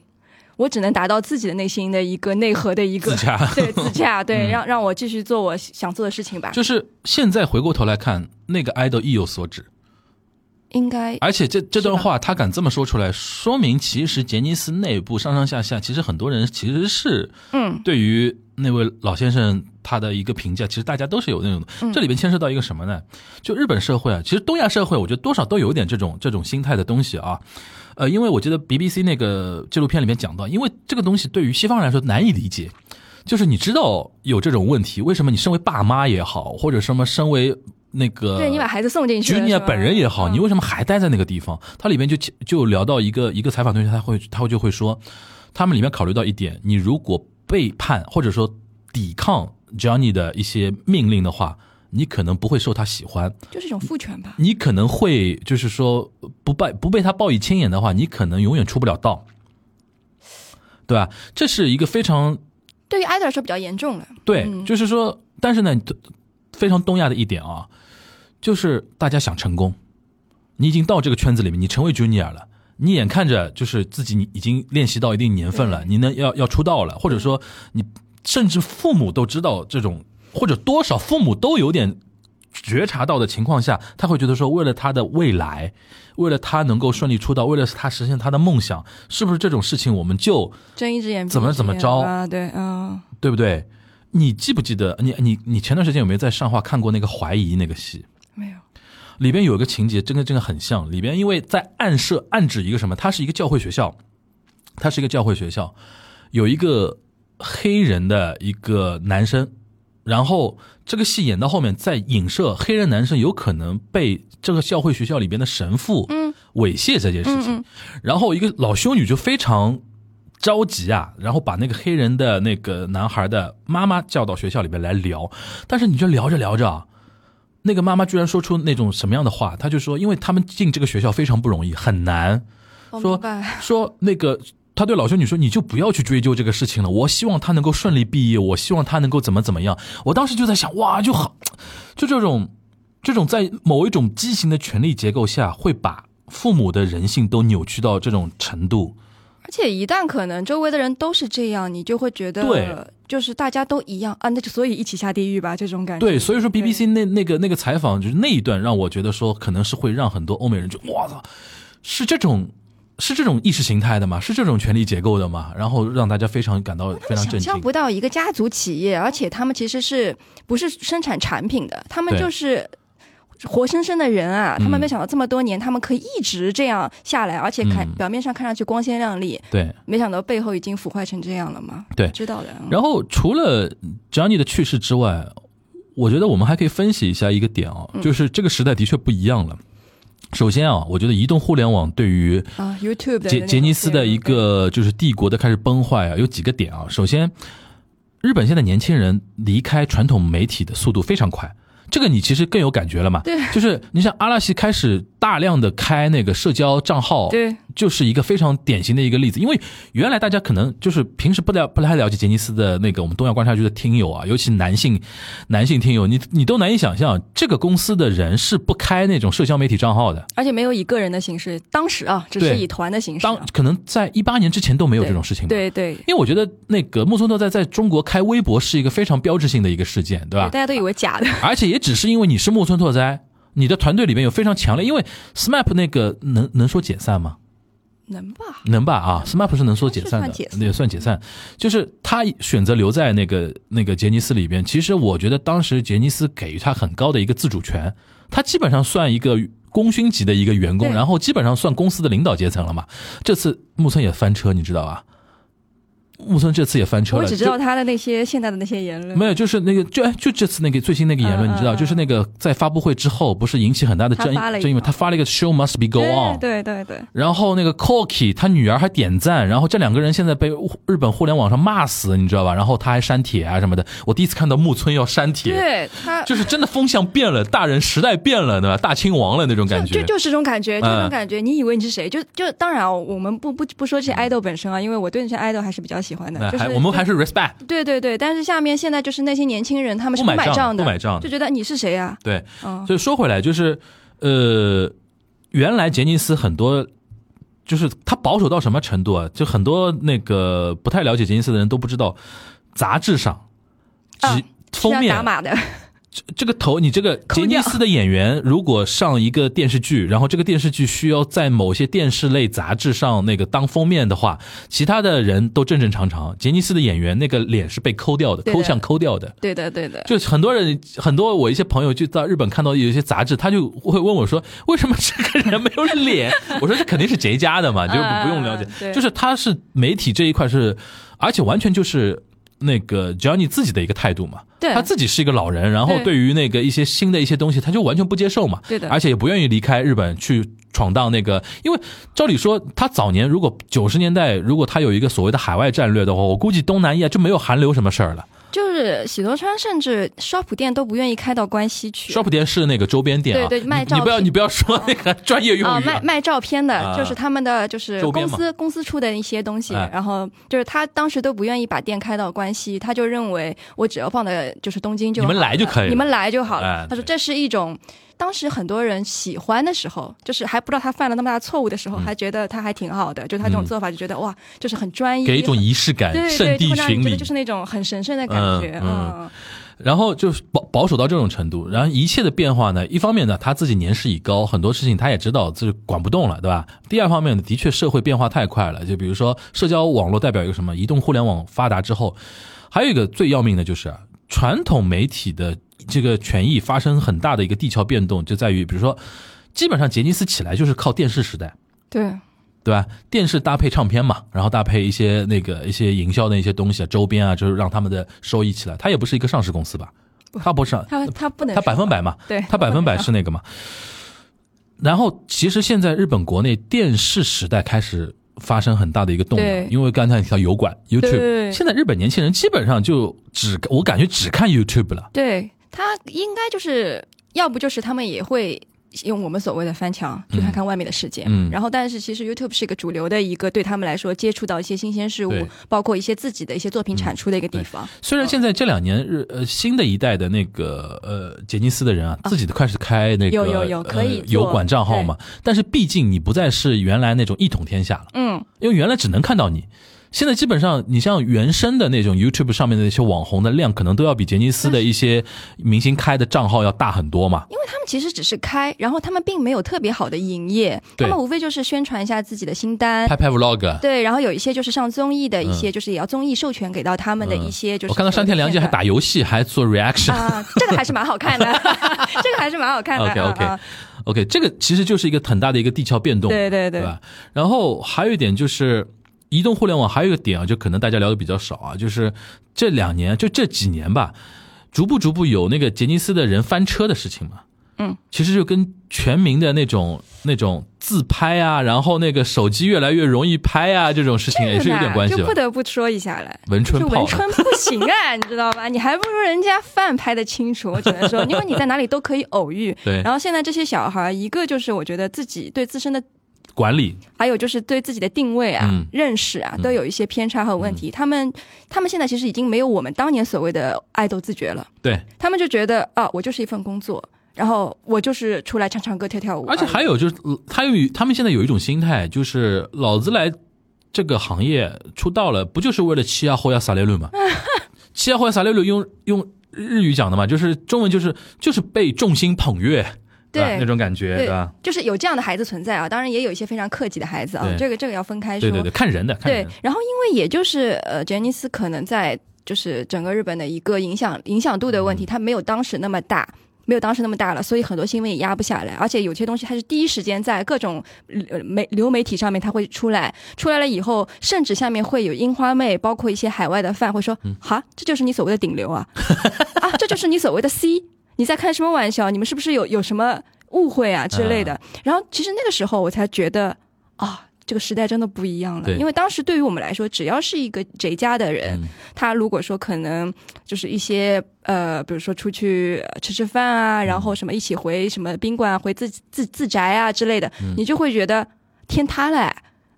Speaker 6: 我只能达到自己的内心的一个内核的一个
Speaker 5: 自洽
Speaker 6: (laughs)
Speaker 5: 嗯
Speaker 6: 对自洽，
Speaker 5: (laughs)
Speaker 6: 对，让让我继续做我想做的事情吧。
Speaker 5: 就是现在回过头来看，那个 idol 意有所指。
Speaker 6: 应该
Speaker 5: 而且这这段话他敢这么说出来，说明其实杰尼斯内部上上下下，其实很多人其实是
Speaker 6: 嗯
Speaker 5: 对于那位老先生他的一个评价，其实大家都是有那种
Speaker 6: 嗯
Speaker 5: 的。这里边牵涉到一个什么呢？就日本社会啊，其实东亚社会，我觉得多少都有点这种这种心态的东西啊。呃，因为我记得 BBC 那个纪录片里面讲到，因为这个东西对于西方人来说难以理解，就是你知道有这种问题，为什么你身为爸妈也好，或者什么身为那个
Speaker 6: 对你把孩子送进去了
Speaker 5: Junior
Speaker 6: 是吧
Speaker 5: 呃本人也好，
Speaker 6: 嗯
Speaker 5: 你为什么还待在那个地方？它里面就就聊到一个一个采访对象，他会他会就会说，他们里面考虑到一点，你如果背叛或者说抵抗 Johnny 的一些命令的话，你可能不会受他喜欢，
Speaker 6: 就是一种父权吧。
Speaker 5: 你可能会就是说不被不被他报以牵引的话，你可能永远出不了道，对吧？这是一个非常
Speaker 6: 对于 idol 来说比较严重了，
Speaker 5: 对，就是说，但是呢，你非常东亚的一点啊，就是大家想成功，你已经到这个圈子里面，你成为 junior 了，你眼看着就是自己已经练习到一定年份了，你呢要要出道了，或者说你甚至父母都知道这种，或者多少父母都有点。觉察到的情况下，他会觉得说，为了他的未来，为了他能够顺利出道，为了他实现他的梦想，是不是这种事情我们就
Speaker 6: 睁一只眼闭一只眼
Speaker 5: 怎么怎么着
Speaker 6: 啊？对，嗯，
Speaker 5: 对不对？你记不记得你你你前段时间有没有在上画看过那个怀疑那个戏？
Speaker 6: 没有，
Speaker 5: 里边有一个情节，真跟这个很像。里边因为在暗示暗指一个什么，它是一个教会学校，它是一个教会学校。有一个黑人的一个男生，然后这个戏演到后面，在影射黑人男生有可能被这个教会学校里边的神父猥亵这件事情，然后一个老修女就非常。着急啊，然后把那个黑人的那个男孩的妈妈叫到学校里边来聊，但是你就聊着聊着啊，那个妈妈居然说出那种什么样的话？她就说，因为他们进这个学校非常不容易，很难。
Speaker 6: 我
Speaker 5: 说
Speaker 6: 明白
Speaker 5: 说那个，她对老修女说，你就不要去追究这个事情了。我希望她能够顺利毕业，我希望她能够怎么怎么样。我当时就在想，哇，就好，就这种这种在某一种畸形的权力结构下，会把父母的人性都扭曲到这种程度。
Speaker 6: 而且一旦可能周围的人都是这样，你就会觉
Speaker 5: 对
Speaker 6: 得就是大家都一样啊，那就所以一起下地狱吧，这种感觉。
Speaker 5: 对，所以说 BBC 那那个那个采访，就是那一段让我觉得说，可能是会让很多欧美人就哇操，是这种是这种意识形态的吗？是这种权力结构的吗？然后让大家非常感到非常震
Speaker 6: 想象
Speaker 5: 惊。
Speaker 6: 不到一个家族企业，而且他们其实是不是生产产品的？他们
Speaker 5: 对
Speaker 6: 就是活生生的人啊！
Speaker 5: 嗯
Speaker 6: 他们没想到这么多年，他们可以一直这样下来，而且看、
Speaker 5: 嗯
Speaker 6: 表面上看上去光鲜亮丽，
Speaker 5: 对，
Speaker 6: 没想到背后已经腐坏成这样了嘛？
Speaker 5: 对
Speaker 6: 知道的。嗯
Speaker 5: 然后除了 Johnny 的去世之外，我觉得我们还可以分析一下一个点哦，
Speaker 6: 嗯
Speaker 5: 就是这个时代的确不一样了。首先啊，我觉得移动互联网对于
Speaker 6: 啊，YouTube 的那
Speaker 5: 杰
Speaker 6: 种
Speaker 5: 杰尼斯的一
Speaker 6: 片
Speaker 5: 个就是帝国的开始崩坏啊，有几个点啊。首先，日本现在年轻人离开传统媒体的速度非常快，这个你其实更有感觉了嘛。
Speaker 6: 对
Speaker 5: 就是你像阿拉西开始大量的开那个社交账号，
Speaker 6: 对，
Speaker 5: 就是一个非常典型的一个例子。因为原来大家可能就是平时不了不太了解杰尼斯的那个我们东亚观察局的听友啊，尤其男性男性听友，你你都难以想象这个公司的人是不开那种社交媒体账号的。
Speaker 6: 而且没有以个人的形式，当时啊，只是
Speaker 5: 对
Speaker 6: 以团的形式啊、
Speaker 5: 当可能在一八年之前都没有这种事情吧。
Speaker 6: 对对对
Speaker 5: 因为我觉得那个木村拓哉在中国开微博是一个非常标志性的一个事件，对吧
Speaker 6: 大？家都以为假的，
Speaker 5: 而且也只是因为你是木村拓哉，你的团队里面有非常强烈，因为 SMAP 那个能能说解散吗？
Speaker 6: 能吧？
Speaker 5: 能吧啊，SMAP 是能说解散的，
Speaker 6: 是算解散
Speaker 5: 也算解散。就是他选择留在那个那个杰尼斯里边，其实我觉得当时杰尼斯给予他很高的一个自主权，他基本上算一个功勋级的一个员工，
Speaker 6: 对
Speaker 5: 然后基本上算公司的领导阶层了嘛。这次木村也翻车，你知道吧？木村这次也翻车了，
Speaker 6: 我只
Speaker 5: 就
Speaker 6: 知道他的那些现在的那些言论，
Speaker 5: 没有，就是那个就哎就这次那个最新那个言论，
Speaker 6: 嗯
Speaker 5: 你知道，
Speaker 6: 嗯
Speaker 5: 就是那个在发布会之后，不是引起很大的
Speaker 6: 他
Speaker 5: 争议
Speaker 6: 发了一，
Speaker 5: 争议吗？
Speaker 6: 条
Speaker 5: 他发了一个 “show must be go on”，
Speaker 6: 对对对对。
Speaker 5: 然后那个 Koki 他女儿还点赞，然后这两个人现在被日本互联网上骂死，你知道吧？然后他还删帖啊什么的。我第一次看到木村要删帖，
Speaker 6: 对他
Speaker 5: 就是真的风向变了，大人时代变了，对吧？大清王了那种感
Speaker 6: 就
Speaker 5: 觉。
Speaker 6: 就是这种感觉，就这
Speaker 5: 嗯
Speaker 6: 种感觉。你以为你是谁？就就当然啊，我们不不不说这些 idol 本身啊，因为我对那些 idol 还是比较喜欢的
Speaker 5: 嗯那。
Speaker 6: 就
Speaker 5: 哎还
Speaker 6: 是
Speaker 5: 我们还是 respect，
Speaker 6: 对对对，但是下面现在就是那些年轻人，他们是
Speaker 5: 不买账
Speaker 6: 账的，
Speaker 5: 不买账的
Speaker 6: 就觉得你是谁啊？
Speaker 5: 对。
Speaker 6: 嗯，
Speaker 5: 所以说回来就是，呃，原来杰尼斯很多。就是他保守到什么程度啊？就很多那个不太了解杰尼斯的人都不知道，杂志上，只、
Speaker 6: 啊是
Speaker 5: 封
Speaker 6: 要
Speaker 5: 面
Speaker 6: 打码的， (laughs)
Speaker 5: 这个头，你这个杰
Speaker 6: 抠掉
Speaker 5: 尼斯的演员，如果上一个电视剧，然后这个电视剧需要在某些电视类杂志上那个当封面的话，其他的人都正正常常，杰尼斯的演员那个脸是被抠掉的，
Speaker 6: 对的
Speaker 5: 抠像抠掉的。
Speaker 6: 对的对的。
Speaker 5: 就是很多人，很多我一些朋友就到日本看到有一些杂志，他就会问我说，为什么这个人没有脸？ (laughs) 我说这肯定是谁家的嘛，就
Speaker 6: 啊
Speaker 5: 不用了解。
Speaker 6: 对
Speaker 5: 就是他是媒体这一块是，而且完全就是那个 Johnny 自己的一个态度嘛。
Speaker 6: 对
Speaker 5: 他自己是一个老人，然后
Speaker 6: 对
Speaker 5: 对于那个一些新的一些东西，他就完全不接受嘛。
Speaker 6: 对的
Speaker 5: 而且也不愿意离开日本去闯荡那个，因为照理说，他早年如果九十年代如果他有一个所谓的海外战略的话，我估计东南亚就没有韩流什么事儿了。
Speaker 6: 就是喜多川甚至 shop 店都不愿意开到关西去
Speaker 5: shop 店是那个周边店啊，
Speaker 6: 对对卖
Speaker 5: 你你不要
Speaker 6: 照片
Speaker 5: 你不要说那个专业用
Speaker 6: 啊，
Speaker 5: 语啊、
Speaker 6: 卖卖照片的
Speaker 5: 啊，
Speaker 6: 就是他们的就是
Speaker 5: 周边
Speaker 6: 公
Speaker 5: 嘛
Speaker 6: 司公司出的一些东西
Speaker 5: 哎，
Speaker 6: 然后就是他当时都不愿意把店开到关西，他就认为我只要放在就是东京就
Speaker 5: 你们
Speaker 6: 好
Speaker 5: 来就可以了
Speaker 6: 啊你们来就好
Speaker 5: 哎
Speaker 6: 了。他说
Speaker 5: 对
Speaker 6: 这是一种。当时很多人喜欢的时候，就是还不知道他犯了那么大的错误的时
Speaker 5: 嗯
Speaker 6: 候，还觉得他还挺好的，就他这种做法就觉得哇，就是很专一，
Speaker 5: 给一种仪式感，
Speaker 6: 对
Speaker 5: 圣
Speaker 6: 对，就
Speaker 5: 地
Speaker 6: 会让人
Speaker 5: 巡
Speaker 6: 觉得
Speaker 5: 礼，
Speaker 6: 就是那种很神圣的感
Speaker 5: 嗯
Speaker 6: 觉，
Speaker 5: 嗯
Speaker 6: 嗯
Speaker 5: 然后就是保保守到这种程度，然后一切的变化呢，一方面呢他自己年事已高，很多事情他也知道就是管不动了，对吧？第二方面呢，的确社会变化太快了，就比如说社交网络代表一个什么，移动互联网发达之后，还有一个最要命的就是啊传统媒体的这个权益发生很大的一个地壳变动，就在于比如说，基本上杰尼斯起来就是靠电视时代。
Speaker 6: 对，
Speaker 5: 对对吧？电视搭配唱片嘛，然后搭配一些那个一些营销的一些东西啊，周边啊，就是让他们的收益起来。它也不是一个上市公司吧？它不是上，
Speaker 6: 他他不能
Speaker 5: 它百分
Speaker 6: 百
Speaker 5: 百嘛，
Speaker 6: 对
Speaker 5: 它百分百是那个嘛。然后，其实现在日本国内电视时代开始发生很大的一个动
Speaker 6: 对
Speaker 5: 摇，因为刚才你提到油管 YouTube，
Speaker 6: 对
Speaker 5: 现在日本年轻人基本上就只我感觉只看 YouTube 了。
Speaker 6: 对他应该就是要不就是他们也会。用我们所谓的翻墙去看看外面的世界，
Speaker 5: 嗯
Speaker 6: 然后但是其实 YouTube 是一个主流的一个对他们来说接触到一些新鲜事物
Speaker 5: 对，嗯
Speaker 6: 包括一些自己的一些作品产出的一个地方。
Speaker 5: 虽然现在这两年日呃新的一代的那个呃杰尼斯的人啊，自己都开始开那个
Speaker 6: 有有有可以
Speaker 5: 呃、
Speaker 6: 做
Speaker 5: 油管账号嘛，但是毕竟你不再是原来那种一统天下了，
Speaker 6: 嗯，
Speaker 5: 因为原来只能看到你。现在基本上，你像原生的那种 YouTube 上面的那些网红的量，可能都要比杰尼斯的一些明星开的账号要大很多嘛。
Speaker 6: 因为他们其实只是开，然后他们并没有特别好的营业，
Speaker 5: 对
Speaker 6: 他们无非就是宣传一下自己的新单
Speaker 5: 拍。拍 Vlog，
Speaker 6: 哎对，然后有一些就是上综艺的一些，就是也要综艺授权给到他们的一些，就
Speaker 5: 嗯
Speaker 6: 是
Speaker 5: 我看到山田凉介还打游戏，还做 (laughs) reaction。
Speaker 6: 啊，这个还是蛮好
Speaker 5: (laughs)
Speaker 6: 看的，这个还是蛮好看的。
Speaker 5: OK OK
Speaker 6: 啊啊
Speaker 5: OK，这个其实就是一个很大的一个地壳变动，
Speaker 6: 对对
Speaker 5: 对
Speaker 6: 对
Speaker 5: 吧？然后还有一点就是，移动互联网还有一个点啊，就可能大家聊的比较少啊，就是这两年就这几年吧，逐步逐步有那个杰尼斯的人翻车的事情嘛。
Speaker 6: 嗯，
Speaker 5: 其实就跟全民的那种那种自拍啊，然后那个手机越来越容易拍啊，这种事情也是有点关系
Speaker 6: 就
Speaker 5: 吧
Speaker 6: 不。得不说一下了。
Speaker 5: 文春
Speaker 6: 就
Speaker 5: 炮
Speaker 6: 文，春不行啊，你知道吧？你还不如人家饭拍的清楚，我只
Speaker 5: (laughs)
Speaker 6: 能说，因为你在哪里都可以偶遇。
Speaker 5: 对
Speaker 6: 然后现在这些小孩，一个就是我觉得自己对自身的
Speaker 5: 管理
Speaker 6: 还有就是对自己的定位啊、
Speaker 5: 嗯
Speaker 6: 认识啊，都有一些偏差和问题。他们他们现在其实已经没有我们当年所谓的爱豆自觉了，
Speaker 5: 对，
Speaker 6: 他们就觉得啊，我就是一份工作，然后我就是出来唱唱歌、跳跳舞啊
Speaker 5: 而
Speaker 6: 已。
Speaker 5: 且还有就是，呃他有他们现在有一种心态，就是老子来这个行业出道了，不就是为了欺压后压撒列
Speaker 6: (laughs)
Speaker 5: 论吗？欺压后压撒列论用用日语讲的嘛，就是中文就是就是被众星捧月，
Speaker 6: 对
Speaker 5: 吧？那种感觉，
Speaker 6: 对
Speaker 5: 对吧？
Speaker 6: 就是有这样的孩子存在啊，当然也有一些非常客气的孩子啊
Speaker 5: 对，
Speaker 6: 这个这个要分开说。
Speaker 5: 对对对，看人的，看
Speaker 6: 对
Speaker 5: 人的，
Speaker 6: 然后因为也就是呃，杰尼斯可能在就是整个日本的一个影响影响度的
Speaker 5: 嗯
Speaker 6: 问题，它没有当时那么大。没有当时那么大了，所以很多新闻也压不下来，而且有些东西它是第一时间在各种呃媒流媒体上面它会出来，出来了以后，甚至下面会有樱花妹，包括一些海外的饭会说，
Speaker 5: 嗯
Speaker 6: 哈，这就是你所谓的顶流啊， (laughs) 啊，这就是你所谓的 C，你在开什么玩笑？你们是不是有有什么误会啊之类的？然后其实那个时候我才觉得啊。这个时代真的不一样了，
Speaker 5: 对
Speaker 6: 因为当时对于我们来说，只要是一个谁家的
Speaker 5: 嗯
Speaker 6: 人，他如果说可能就是一些呃，比如说出去呃吃吃饭啊，然
Speaker 5: 嗯
Speaker 6: 后什么一起回什么宾馆、回自自自宅啊之类的，
Speaker 5: 嗯
Speaker 6: 你就会觉得天塌了、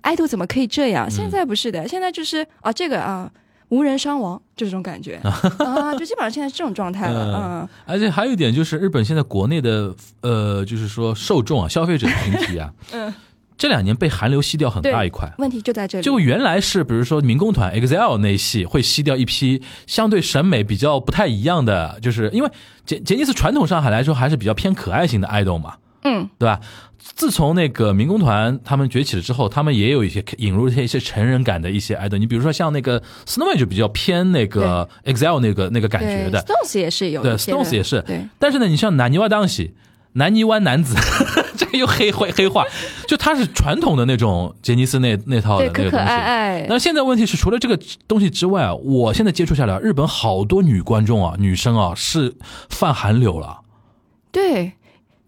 Speaker 6: 爱豆怎么可以这样？
Speaker 5: 嗯
Speaker 6: 现在不是的，现在就是啊，这个啊，无人伤亡，就这种感
Speaker 5: (laughs)
Speaker 6: 觉啊，就基本上现在是这种状态了，
Speaker 5: 嗯
Speaker 6: 嗯
Speaker 5: 而且还有一点就是，日本现在国内的呃，就是说受众啊，消费者群体啊，
Speaker 6: (laughs) 嗯，
Speaker 5: 这两年被韩流吸掉很大
Speaker 6: 对
Speaker 5: 一块。
Speaker 6: 问题就在这里，
Speaker 5: 就原来是比如说民工团 EXILE 那一系会吸掉一批相对审美比较不太一样的，就是因为杰杰尼斯传统上海来说还是比较偏可爱型的 idol 嘛，
Speaker 6: 嗯，
Speaker 5: 对吧？自从那个民工团他们崛起了之后，他们也有一些引入一些一些成人感的一些 idol，你比如说像那个 Snowman 就比较偏那个 EXILE 那个那个感觉
Speaker 6: 对
Speaker 5: 的，
Speaker 6: ，Stones 也是有
Speaker 5: 对
Speaker 6: 一些人
Speaker 5: ，Stones 也是
Speaker 6: 对。
Speaker 5: 但是呢，你像南泥湾当喜。南泥湾男子， (laughs) 这个又黑黑黑化，就他是传统的那种杰尼斯那那套的
Speaker 6: 对
Speaker 5: 那个
Speaker 6: 可可
Speaker 5: 东西，
Speaker 6: 爱爱，
Speaker 5: 那现在问题是，除了这个东西之外啊，我现在接触下来，日本好多女观众啊，女生啊是泛韩流了。
Speaker 6: 对。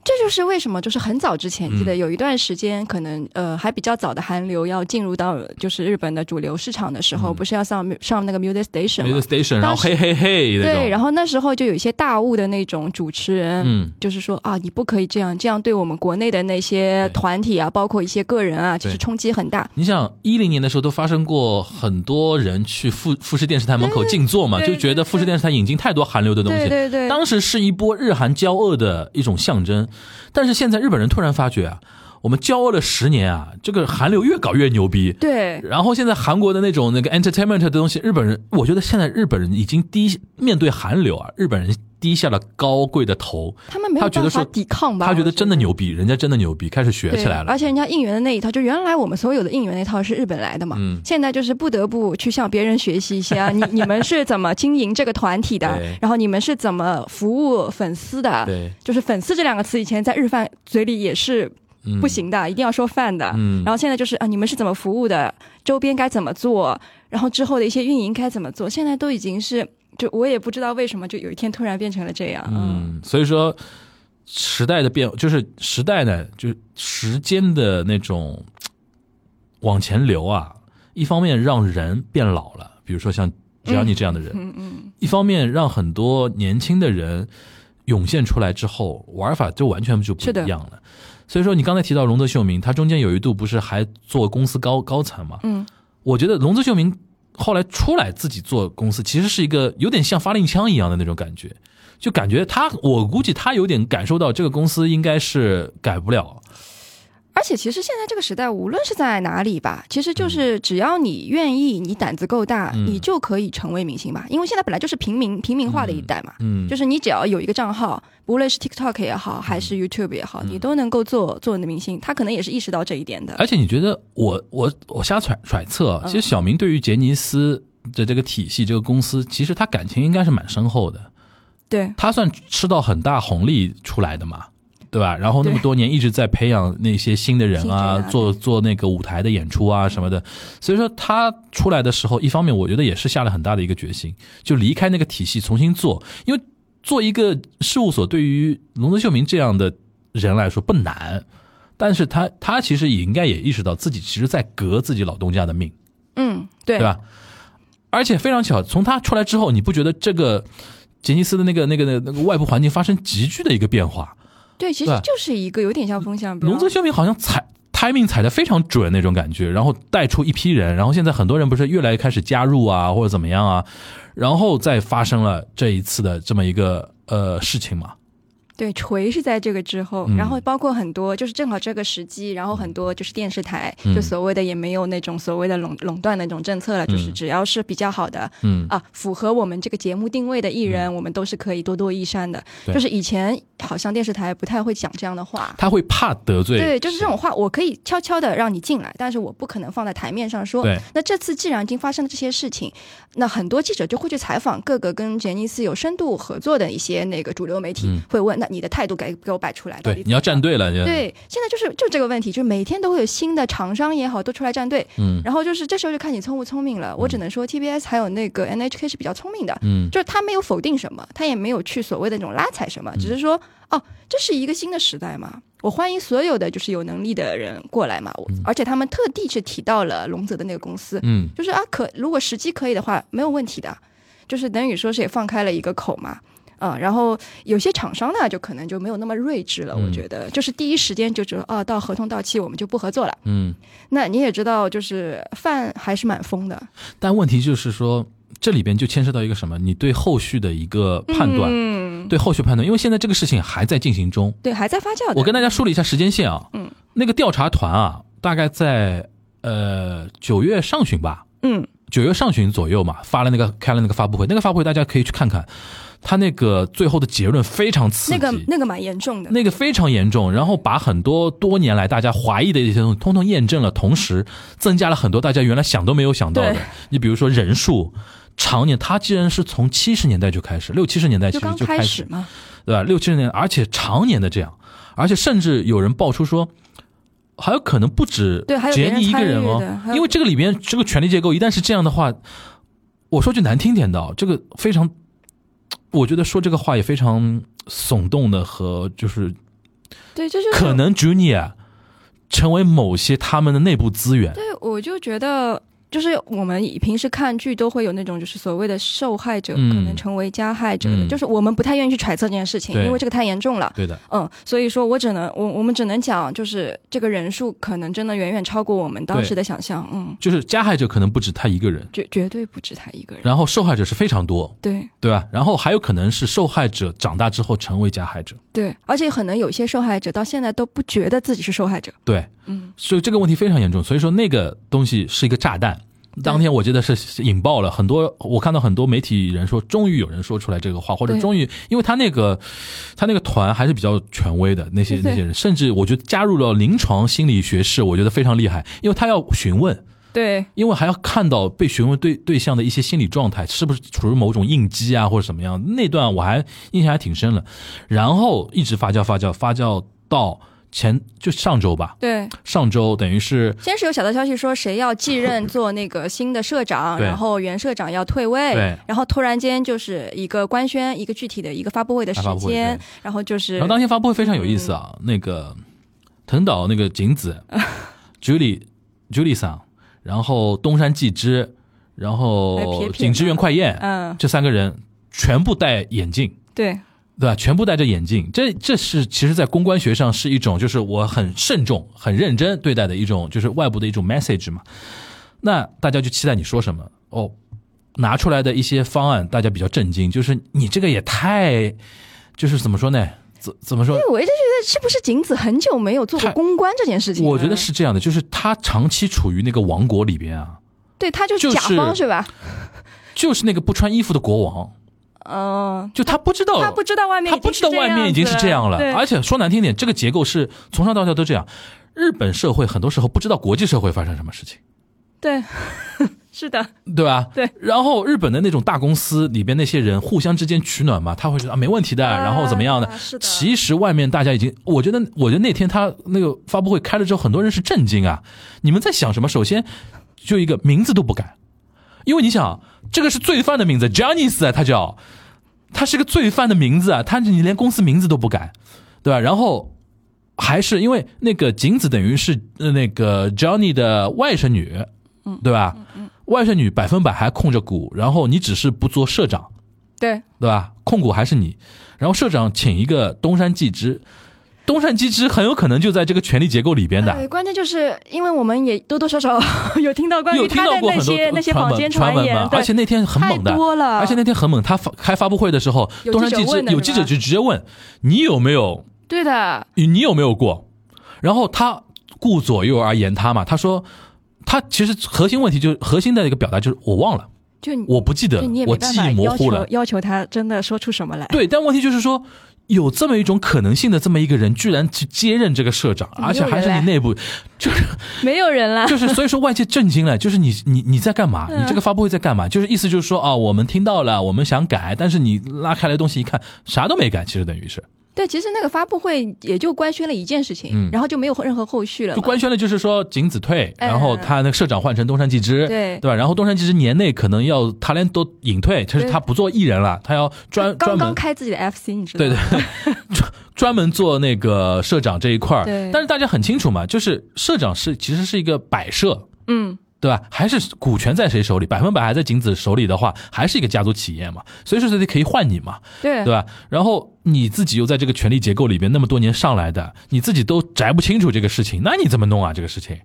Speaker 6: 这就是为什么，就是很早之前，记
Speaker 5: 嗯
Speaker 6: 得有一段时间，可能呃还比较早的韩流要进入到就是日本的主流市场的时候，不是要上上那个 Music Station 吗？
Speaker 5: 嗯 Station，然后嘿嘿嘿那种。
Speaker 6: 对，然后那时候就有一些大雾的那种主持人，
Speaker 5: 嗯
Speaker 6: 就是说啊，你不可以这样，这样对我们国内的那些团体啊，包括一些个人啊，其实
Speaker 5: 对
Speaker 6: 冲击很大。
Speaker 5: 你想，一零年的时候都发生过很多人去富富士电视台门口静坐嘛，
Speaker 6: 对
Speaker 5: 就觉得富士电视台引进太多韩流的东西。
Speaker 6: 对对对
Speaker 5: 当时是一波日韩交恶的一种象征，但是现在日本人突然发觉啊，我们交恶了十年啊，这个韩流越搞越牛逼。
Speaker 6: 对，
Speaker 5: 然后现在韩国的那种那个 entertainment 的东西，日本人，我觉得现在日本人已经低面对韩流啊，日本人低下了高贵的头，
Speaker 6: 他们没有
Speaker 5: 他觉得
Speaker 6: 办
Speaker 5: 说
Speaker 6: 法抵抗吧？
Speaker 5: 他觉得真的
Speaker 6: 我
Speaker 5: 牛逼，人家真的牛逼，开始学
Speaker 6: 对
Speaker 5: 起来了。
Speaker 6: 而且人家应援的那一套，就原来我们所有的应援那一套是日本来的嘛，
Speaker 5: 嗯
Speaker 6: 现在就是不得不去向别人学习一些
Speaker 5: (laughs)
Speaker 6: 啊，你你们是怎么经营这个团体的
Speaker 5: 对，
Speaker 6: 然后你们是怎么服务粉丝的，
Speaker 5: 对
Speaker 6: 就是粉丝这两个词以前在日饭嘴里也是。不行的，一定要说饭的。
Speaker 5: 嗯
Speaker 6: 然后现在就是啊，你们是怎么服务的？周边该怎么做？然后之后的一些运营该怎么做？现在都已经是，就我也不知道为什么，就有一天突然变成了这样。嗯
Speaker 5: 嗯，所以说时代的变，就是时代呢，就是时间的那种往前流啊，一方面让人变老了，比如说像只要你这样的人，
Speaker 6: 嗯嗯，
Speaker 5: 一方面让很多年轻的人涌现出来之后，玩法就完全就不
Speaker 6: 是的
Speaker 5: 一样了。所以说，你刚才提到龙泽秀明，他中间有一度不是还做公司高高层嘛？
Speaker 6: 嗯，
Speaker 5: 我觉得龙泽秀明后来出来自己做公司，其实是一个有点像发令枪一样的那种感觉，就感觉他，我估计他有点感受到这个公司应该是改不了。
Speaker 6: 而且其实现在这个时代，无论是在哪里吧，其实就是只要你愿意，你胆子够大，
Speaker 5: 嗯
Speaker 6: 你就可以成为明星吧。因为现在本来就是平民平民化的一代嘛，
Speaker 5: 嗯，
Speaker 6: 就是你只要有一个账号，不论是 TikTok 也好，还是 YouTube 也
Speaker 5: 嗯
Speaker 6: 好，你都能够做做你的明星。他可能也是意识到这一点的。
Speaker 5: 而且你觉得我我我瞎揣揣测啊，
Speaker 6: 嗯
Speaker 5: 其实小明对于杰尼斯的这个体系、这个公司，其实他感情应该是蛮深厚的。
Speaker 6: 对，
Speaker 5: 他算吃到很大红利出来的嘛，对吧？然后那么
Speaker 6: 对
Speaker 5: 多年一直在培养那些新的人啊，
Speaker 6: 新人啊
Speaker 5: 做做那个舞台的演出啊什么的。所以说他出来的时候，一方面我觉得也是下了很大的一个决心，就离开那个体系重新做，因为做一个事务所对于龙泽秀明这样的人来说不难。但是他他其实也应该也意识到自己其实在革自己老东家的命，
Speaker 6: 嗯，对，
Speaker 5: 对吧？而且非常巧，从他出来之后，你不觉得这个杰尼斯的那个、那个、那个那个外部环境发生急剧的一个变化？
Speaker 6: 对，其
Speaker 5: 对
Speaker 6: 实就是一个有点像风向标。
Speaker 5: 龙泽秀明好像踩 timing 踩的非常准那种感觉，然后带出一批人，然后现在很多人不是越来越开始加入啊，或者怎么样啊，然后再发生了这一次的这么一个呃事情嘛，
Speaker 6: 对，锤是在这个之后，
Speaker 5: 嗯
Speaker 6: 然后包括很多就是正好这个时机，然后很多就是电视台、
Speaker 5: 嗯
Speaker 6: 就所谓的也没有那种所谓的垄垄断的那种政策了，就是只要是比较好的，
Speaker 5: 嗯
Speaker 6: 啊，符合我们这个节目定位的艺人，我们都是可以多多益善的。
Speaker 5: 对
Speaker 6: 就是以前好像电视台不太会讲这样的话。
Speaker 5: 他会怕得罪，
Speaker 6: 对，就是这种话，我可以悄悄的让你进来，但是我不可能放在台面上说。
Speaker 5: 对
Speaker 6: 那这次既然已经发生了这些事情，那很多记者就会去采访各个跟杰尼斯有深度合作的一些那个主流媒体，
Speaker 5: 嗯
Speaker 6: 会问：那你的态度给给我摆出来。到底
Speaker 5: 对，你嗯要
Speaker 6: 怎
Speaker 5: 站
Speaker 6: 么样。
Speaker 5: 队了，就，
Speaker 6: 对，现在就是就这个问题，就是每天都会有新的厂商也好都出来站队，
Speaker 5: 嗯
Speaker 6: 然后就是这时候就看你聪不聪明了。我只能说 TBS 还有那个 NHK 是比较聪明的，
Speaker 5: 嗯
Speaker 6: 就是他没有否定什么，他也没有去所谓的那种拉踩什么，
Speaker 5: 嗯
Speaker 6: 只是说哦，这是一个新的时代嘛，我欢迎所有的就是有能力的人过来嘛。我而且他们特地去提到了龙泽的那个公司，
Speaker 5: 嗯
Speaker 6: 就是啊，可如果时机可以的话，没有问题的，就是等于说是也放开了一个口嘛。啊、然后有些厂商呢，就可能就没有那么睿智了。我
Speaker 5: 嗯
Speaker 6: 觉得，就是第一时间就觉得，哦，到合同到期我们就不合作了。
Speaker 5: 嗯，
Speaker 6: 那你也知道，就是饭还是蛮疯的，
Speaker 5: 但问题就是说，这里边就牵涉到一个什么？你对后续的一个判断，
Speaker 6: 嗯，
Speaker 5: 对后续判断，因为现在这个事情还在进行中。
Speaker 6: 对，还在发酵的。
Speaker 5: 我跟大家梳理一下时间线啊，
Speaker 6: 嗯，
Speaker 5: 那个调查团啊，大概在呃九月上旬吧，
Speaker 6: 嗯，
Speaker 5: 九月上旬左右嘛，发了那个开了那个发布会，那个发布会大家可以去看看，他那个最后的结论非常刺激，嗯
Speaker 6: 那个那个蛮严重的。
Speaker 5: 那个非常严重，然后把很多多年来大家怀疑的一些东西通通验证了，同时增加了很多大家原来想都没有想到的
Speaker 6: 对。
Speaker 5: 你比如说人数，常年它既然是从七十年代就开始，六七十年代其
Speaker 6: 就
Speaker 5: 实
Speaker 6: 刚
Speaker 5: 就
Speaker 6: 开
Speaker 5: 始
Speaker 6: 始，嘛，
Speaker 5: 对吧？六七十年代，而且常年的这样，而且甚至有人爆出说。还有可能不止
Speaker 6: 对还有别
Speaker 5: 杰
Speaker 6: 人
Speaker 5: 尼一个人
Speaker 6: 参与的
Speaker 5: 哦
Speaker 6: 还，有
Speaker 5: 因为这个里边这个权力结构一旦是这样的话，我说句难听点的哦，这个非常，我觉得说这个话也非常耸动的和就是
Speaker 6: 对，这就是
Speaker 5: 可。能 Junior 成为某些他们的内部资源。
Speaker 6: 对，我就觉得，就是我们以平时看剧都会有那种，就是所谓的受害者
Speaker 5: 嗯
Speaker 6: 可能成为加害者的，
Speaker 5: 嗯
Speaker 6: 就是我们不太愿意去揣测这件事情，
Speaker 5: 对
Speaker 6: 因为这个太严重了。
Speaker 5: 对的，
Speaker 6: 嗯，所以说我只能，我我们只能讲，就是这个人数可能真的远远超过我们当时的想象。嗯，
Speaker 5: 就是加害者可能不止他一个人，
Speaker 6: 绝绝对不止他一个人。
Speaker 5: 然后受害者是非常多，
Speaker 6: 对
Speaker 5: 对吧？然后还有可能是受害者长大之后成为加害者，
Speaker 6: 对，而且可能有些受害者到现在都不觉得自己是受害者。
Speaker 5: 对，
Speaker 6: 嗯，
Speaker 5: 所以这个问题非常严重。所以说那个东西是一个炸弹。当天我记得是引爆了很多，我看到很多媒体人说，终于有人说出来这个话，或者
Speaker 6: 对
Speaker 5: 终于，因为他那个他那个团还是比较权威的，那些
Speaker 6: 对对
Speaker 5: 那些人，甚至我觉得加入了临床心理学士，我觉得非常厉害，因为他要询问，
Speaker 6: 对，
Speaker 5: 因为还要看到被询问对对象的一些心理状态，是不是处于某种应激啊，或者什么样？那段我还印象还挺深了。然后一直发酵发酵发酵到前就上周吧，
Speaker 6: 对，
Speaker 5: 上周等于是
Speaker 6: 先是有小道消息说谁要继任做那个新的社长，
Speaker 5: 对
Speaker 6: 然后原社长要退位
Speaker 5: 对，
Speaker 6: 然后突然间就是一个官宣，一个具体的一个发布会的时
Speaker 5: 发布会
Speaker 6: 间
Speaker 5: 对，
Speaker 6: 然后就是嗯
Speaker 5: 然后当天发布会非常有意思啊，那个藤岛那个景子、Julie、Julie 桑，然后东山纪之，然
Speaker 6: 还有
Speaker 5: 后
Speaker 6: 撇撇
Speaker 5: 景之源快彦，
Speaker 6: 嗯
Speaker 5: 这三个人全部戴眼镜。
Speaker 6: 对
Speaker 5: 对吧？全部戴着眼镜，这这是其实，在公关学上是一种，就是我很慎重、很认真对待的一种，就是外部的一种 message 嘛。那大家就期待你说什么哦，拿出来的一些方案，大家比较震惊，就是你这个也太，就是怎么说呢？怎怎么说？
Speaker 6: 我一直觉得是不是景子很久没有做过
Speaker 5: 太
Speaker 6: 公关这件事情了？
Speaker 5: 我觉得是这样的，就是他长期处于那个王国里边啊，
Speaker 6: 对，他就是
Speaker 5: 就是
Speaker 6: 甲方是吧？
Speaker 5: 就是那个不穿衣服的国王，
Speaker 6: 嗯，
Speaker 5: 就他不知道，
Speaker 6: 他不知道外面
Speaker 5: 哦他不知道外面已经是这样了，而
Speaker 6: 对
Speaker 5: 且说难听点，这个结构是从上到下都这样。日本社会很多时候不知道国际社会发生什么事情，
Speaker 6: 对， (laughs) 是的，
Speaker 5: 对吧？
Speaker 6: 对。
Speaker 5: 然后日本的那种大公司里边那些人互相之间取暖嘛，他会觉得啊没问题的，
Speaker 6: 啊
Speaker 5: 然后怎么样的？
Speaker 6: 是的
Speaker 5: 其实外面大家已经，我觉得，我觉得那天他那个发布会开了之后，很多人是震惊啊！你们在想什么？首先，就一个名字都不改，因为你想，这个是罪犯的名字 j o h n n y s 啊，他叫，他是个罪犯的名字啊，他你连公司名字都不改，对吧？然后。还是因为那个景子等于是呃那个 Johnny 的外甥女，嗯，对吧？外甥女百分百还控着股，然后你只是不做社长，
Speaker 6: 对，
Speaker 5: 对吧？控股还是你，然后社长请一个东山纪之，东山纪之很有可能就在这个权力结构里边
Speaker 6: 对，
Speaker 5: 的。
Speaker 6: 关键就是因为我们也多多少 (laughs) 少有听到关于
Speaker 5: 有听
Speaker 6: 他
Speaker 5: 到
Speaker 6: 的
Speaker 5: 过
Speaker 6: 那
Speaker 5: 很多
Speaker 6: 些那些
Speaker 5: 传
Speaker 6: 坊
Speaker 5: 闻
Speaker 6: 间
Speaker 5: 传闻
Speaker 6: 言
Speaker 5: 嘛，，
Speaker 6: 对
Speaker 5: 而且那天很猛的
Speaker 6: 太，多了
Speaker 5: 而且那天很猛。他发开发布会的时候，
Speaker 6: 有
Speaker 5: 东山
Speaker 6: 记者
Speaker 5: 纪之
Speaker 6: 问的
Speaker 5: 有
Speaker 6: 是
Speaker 5: 记者
Speaker 6: 吧
Speaker 5: 就直接问你有没有
Speaker 6: 对的，
Speaker 5: 你你有没有过？然后他顾左右而言他嘛，他说他其实核心问题就核心的一个表达就是我忘了，
Speaker 6: 就你
Speaker 5: 我不记得
Speaker 6: 就
Speaker 5: 了
Speaker 6: 你也，没
Speaker 5: 我
Speaker 6: 办
Speaker 5: 记
Speaker 6: 法
Speaker 5: 忆模
Speaker 6: 要
Speaker 5: 糊了
Speaker 6: 求。要求他真的说出什么来。 (laughs)
Speaker 5: 对，但问题就是说，有这么一种可能性的这么一个人，居然去接任这个社长，
Speaker 6: 嗯
Speaker 5: 而且还是
Speaker 6: 又有
Speaker 5: 你
Speaker 6: 人
Speaker 5: 内部，就是，
Speaker 6: 没有人啦
Speaker 5: 就是，所以说外界震惊了，就是你你你在干嘛？
Speaker 6: 嗯
Speaker 5: 你这个发布会在干嘛？就是意思就是说啊，我们听到了，我们想改，但是你拉开来东西一看，啥都没改，其实等于是
Speaker 6: 对，其实那个发布会也就官宣了一件事情，
Speaker 5: 嗯
Speaker 6: 然后就没有任何后续了嘛。
Speaker 5: 就官宣了，就是说景子退，
Speaker 6: 哎
Speaker 5: 然后他那个社长换成东山纪之，
Speaker 6: 对
Speaker 5: 对吧？然后东山纪之年内可能要他连都隐退，就是
Speaker 6: 对
Speaker 5: 他不做艺人了，他要专
Speaker 6: 刚
Speaker 5: 专
Speaker 6: 刚
Speaker 5: 门
Speaker 6: 开自己的 FC，你知道
Speaker 5: 对
Speaker 6: 吗？
Speaker 5: 对， (laughs) 专专门做那个社长这一块儿。
Speaker 6: 对
Speaker 5: 但是大家很清楚嘛，就是社长是其实是一个摆设，
Speaker 6: 嗯，
Speaker 5: 对吧？还是股权在谁手里，百分百还在景子手里的话，还是一个家族企业嘛，随时随地可以换你嘛，
Speaker 6: 对
Speaker 5: 对吧？然后你自己又在这个权力结构里面那么多年上来的，你自己都摘不清楚这个事情，那你怎么弄啊？这个事情，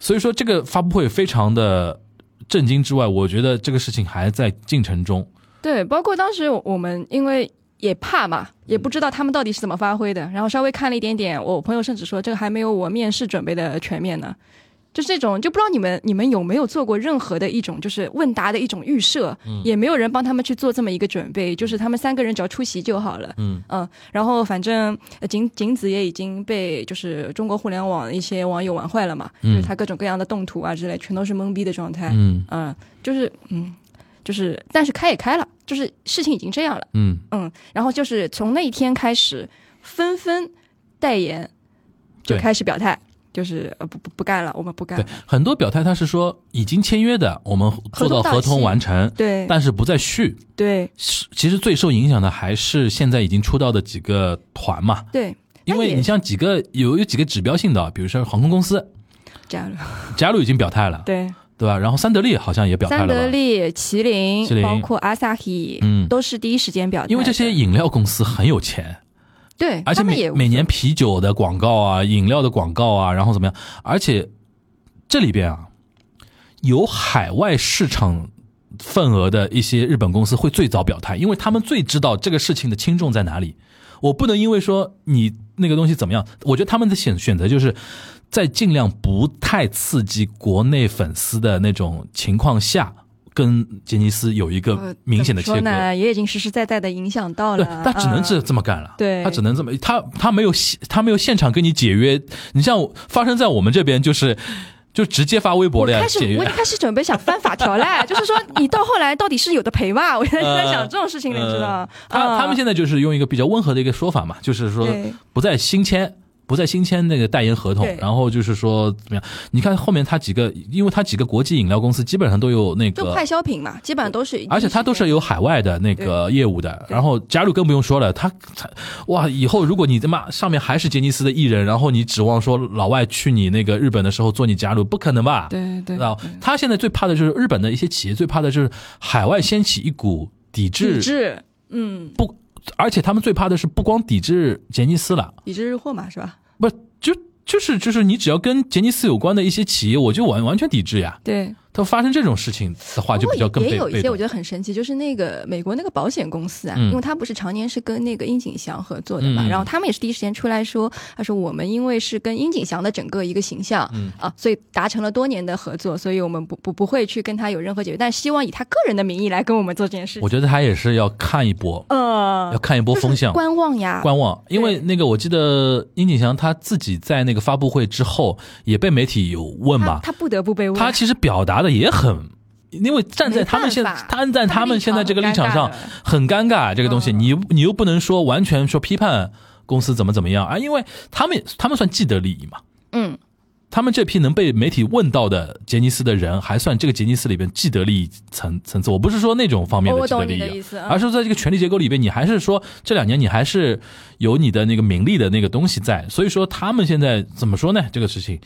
Speaker 5: 所以说这个发布会非常的震惊之外，我觉得这个事情还在进程中。
Speaker 6: 对，包括当时我们因为也怕嘛，也
Speaker 5: 嗯
Speaker 6: 不知道他们到底是怎么发挥的，然后稍微看了一点点，我朋友甚至说这个还没有我面试准备的全面呢。就这种，就不知道你们你们有没有做过任何的一种就是问答的一种预设，
Speaker 5: 嗯
Speaker 6: 也没有人帮他们去做这么一个准备，就是他们三个人只要出席就好了。
Speaker 5: 嗯
Speaker 6: 然后反正呃景景子也已经被就是中国互联网一些网友玩坏了嘛，
Speaker 5: 嗯
Speaker 6: 就是他各种各样的动图啊之类，全都是懵逼的状态。
Speaker 5: 嗯
Speaker 6: 嗯，就是嗯，就是，但是开也开了，就是事情已经这样了，
Speaker 5: 嗯，
Speaker 6: 嗯，然后就是从那一天开始，纷纷代言就
Speaker 5: 对。
Speaker 6: 开始表态，就是呃不不不干了，我们不干
Speaker 5: 对
Speaker 6: 了，，
Speaker 5: 很多表态他是说已经签约的，我们做到
Speaker 6: 合同到
Speaker 5: 合同
Speaker 6: 期
Speaker 5: 完成，
Speaker 6: 对
Speaker 5: 但是不再续。
Speaker 6: 对
Speaker 5: 是其实最受影响的还是现在已经出道的几个团嘛，
Speaker 6: 对，
Speaker 5: 因为你像几个有有几个指标性的啊，比如说航空公司，
Speaker 6: 这样了，
Speaker 5: 佳鲁已经表态了，
Speaker 6: 对，
Speaker 5: 对吧？然后三得利好像 (laughs) 也表态
Speaker 6: 三
Speaker 5: 了
Speaker 6: 得
Speaker 5: 吧？
Speaker 6: 利、麒麟
Speaker 5: 麒，麟
Speaker 6: 包括 Asahi，
Speaker 5: 嗯
Speaker 6: 都是第一时间表态的，
Speaker 5: 因为这些饮料公司很有钱，
Speaker 6: 对，
Speaker 5: 而且
Speaker 6: 他们
Speaker 5: 每
Speaker 6: 也
Speaker 5: 每年啤酒的广告啊、饮料的广告啊，然后怎么样？而且这里边啊，有海外市场份额的一些日本公司会最早表态，因为他们最知道这个事情的轻重在哪里。我不能因为说你那个东西怎么样，我觉得他们的选选择就是在尽量不太刺激国内粉丝的那种情况下，跟杰尼斯有一
Speaker 6: 呃
Speaker 5: 个明显的切
Speaker 6: 怎么
Speaker 5: 割。
Speaker 6: 说呢，也已经实实在在的影响到
Speaker 5: 对
Speaker 6: 了，，
Speaker 5: 他只能这
Speaker 6: 嗯
Speaker 5: 这么干了。
Speaker 6: 对
Speaker 5: 他只能这么，他他没有现他没有现场跟你解约。你像我发生在我们这边，就是就直接发微博
Speaker 6: 我
Speaker 5: 了呀
Speaker 6: 开，始
Speaker 5: 解
Speaker 6: 我
Speaker 5: 约
Speaker 6: 一。开始准备想翻法条嘞， (laughs) 就是说你到后来到底是有的赔吧？我现在就在想这种事情，你知
Speaker 5: 嗯呃
Speaker 6: 道？嗯
Speaker 5: 他他们
Speaker 6: 现
Speaker 5: 现在就是用一个比较温和的一个说法嘛，就是说
Speaker 6: 对
Speaker 5: 不再新签，不再新签那个代言合同
Speaker 6: 对，
Speaker 5: 然后就是说怎么样？你看后面他几个，因为他几个国际饮料公司基本上都有那
Speaker 6: 就
Speaker 5: 个
Speaker 6: 快消品嘛，基本上都是，
Speaker 5: 而且它都是有海外的那个业务的，然后加入更不用说了，它它哇，以后如果你他妈上面还是杰尼斯的艺人，然后你指望说老外去你那个日本的时候做你加入，不可能吧？
Speaker 7: 对对
Speaker 5: 啊，他现在最怕的就是日本的一些企业最怕的就是海外掀起一股抵制，
Speaker 7: 抵制
Speaker 6: 嗯，
Speaker 5: 不，而且他们最怕的是不光抵制杰尼斯了，
Speaker 6: 抵制日货嘛，是吧？
Speaker 5: 不就就是就是你只要跟杰尼斯有关的一些企业，我就完完全抵制呀。
Speaker 7: 对，
Speaker 5: 它发生这种事情的话，就比较
Speaker 6: 不
Speaker 5: 更
Speaker 6: 过
Speaker 5: 被
Speaker 6: 也也有一
Speaker 5: 被
Speaker 6: 些
Speaker 5: 动
Speaker 6: 我觉得很神奇，就是那个美国那个保险公司啊，
Speaker 5: 嗯
Speaker 6: 因为它不是常年是跟那个樱井翔合作的嘛，
Speaker 5: 嗯嗯
Speaker 6: 然后他们也是第一时间出来说，他说我们因为是跟樱井翔的整个一个形象、
Speaker 5: 嗯
Speaker 6: 啊，所以达成了多年的合作，所以我们不不不会去跟他有任何解决，但希望以他个人的名义来跟我们做这件事情
Speaker 5: 我。觉得他也是要看一波，
Speaker 6: 呃
Speaker 5: 要，看一波风向，
Speaker 6: 观望呀，
Speaker 5: 观望。因为那个我记得殷景祥他自己在那个发布会之后也被媒体有问
Speaker 6: 他
Speaker 5: 嘛，
Speaker 6: 他不得不被问，
Speaker 5: 他其实表达的也很。因为站在他们现，
Speaker 6: 没办法
Speaker 5: 站在他们现在这个立场上
Speaker 6: 他们立场
Speaker 5: 很尴尬，这个东西
Speaker 6: 嗯
Speaker 5: 你又你又不能说完全说批判公司怎么怎么样啊，因为他们他们算既得利益嘛，
Speaker 6: 嗯，
Speaker 5: 他们这批能被媒体问到的杰尼斯的人，还算这个杰尼斯里边既得利益层层次。我不是说那种方面的
Speaker 6: 我
Speaker 5: 既得
Speaker 6: 懂
Speaker 5: 利
Speaker 6: 你
Speaker 5: 益
Speaker 6: 的
Speaker 5: 啊
Speaker 6: 意思嗯
Speaker 5: 而是在这个权力结构里边，你还是说这两年你还是有你的那个名利的那个东西在。所以说他们现在怎么说呢？这个事情，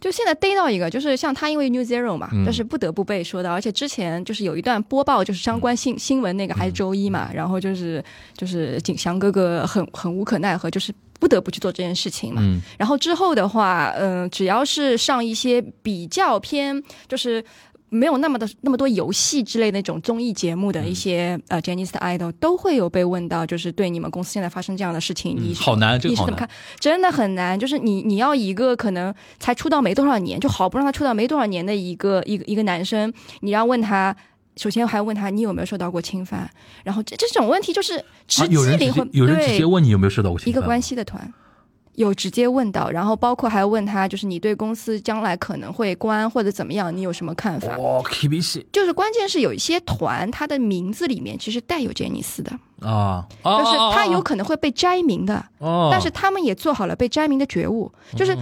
Speaker 6: 就现在逮到一个，就是像他因为 New Zero 嘛，但是不得不被说到，而且之前就是有一段播报，就是相关新新闻那个还是周一嘛，然后就是就是景祥哥哥很很无可奈何，就是不得不去做这件事情嘛。
Speaker 5: 嗯
Speaker 6: 然后之后的话，嗯、只要是上一些比较偏就是。没有那么的那么多游戏之类的那种综艺节目的一些、呃 j e n n i c e 的 idol 都会有被问到，就是对你们公司现在发生这样的事情，你是
Speaker 5: 好难这个
Speaker 6: 你是
Speaker 5: 好
Speaker 6: 怎
Speaker 5: 难
Speaker 6: 么看？真的很难，就是你你要一个可能才出道没多少年，就好不容易他出道没多少年的一个一个一个男生，你要问他。首先还问他你有没有受到过侵犯，然后这这种问题就是直
Speaker 5: 啊、有
Speaker 6: 击
Speaker 5: 人直
Speaker 6: 灵魂，
Speaker 5: 接有人直接
Speaker 6: 对
Speaker 5: 问你有没有受到过侵
Speaker 6: 一
Speaker 5: 犯
Speaker 6: 个
Speaker 5: 吗，
Speaker 6: 关系的团，有直接问到，然后包括还问他就是你对公司将来可能会关或者怎么样，你有什么看法？
Speaker 5: 哦，K B C
Speaker 6: 就是关键是有一些团，它的名字里面其实带有杰尼斯的，
Speaker 5: 啊，就
Speaker 6: 就是他有可能会被摘名的，
Speaker 5: 哦，嗯
Speaker 6: 但是他们也做好了被摘名的觉悟，就是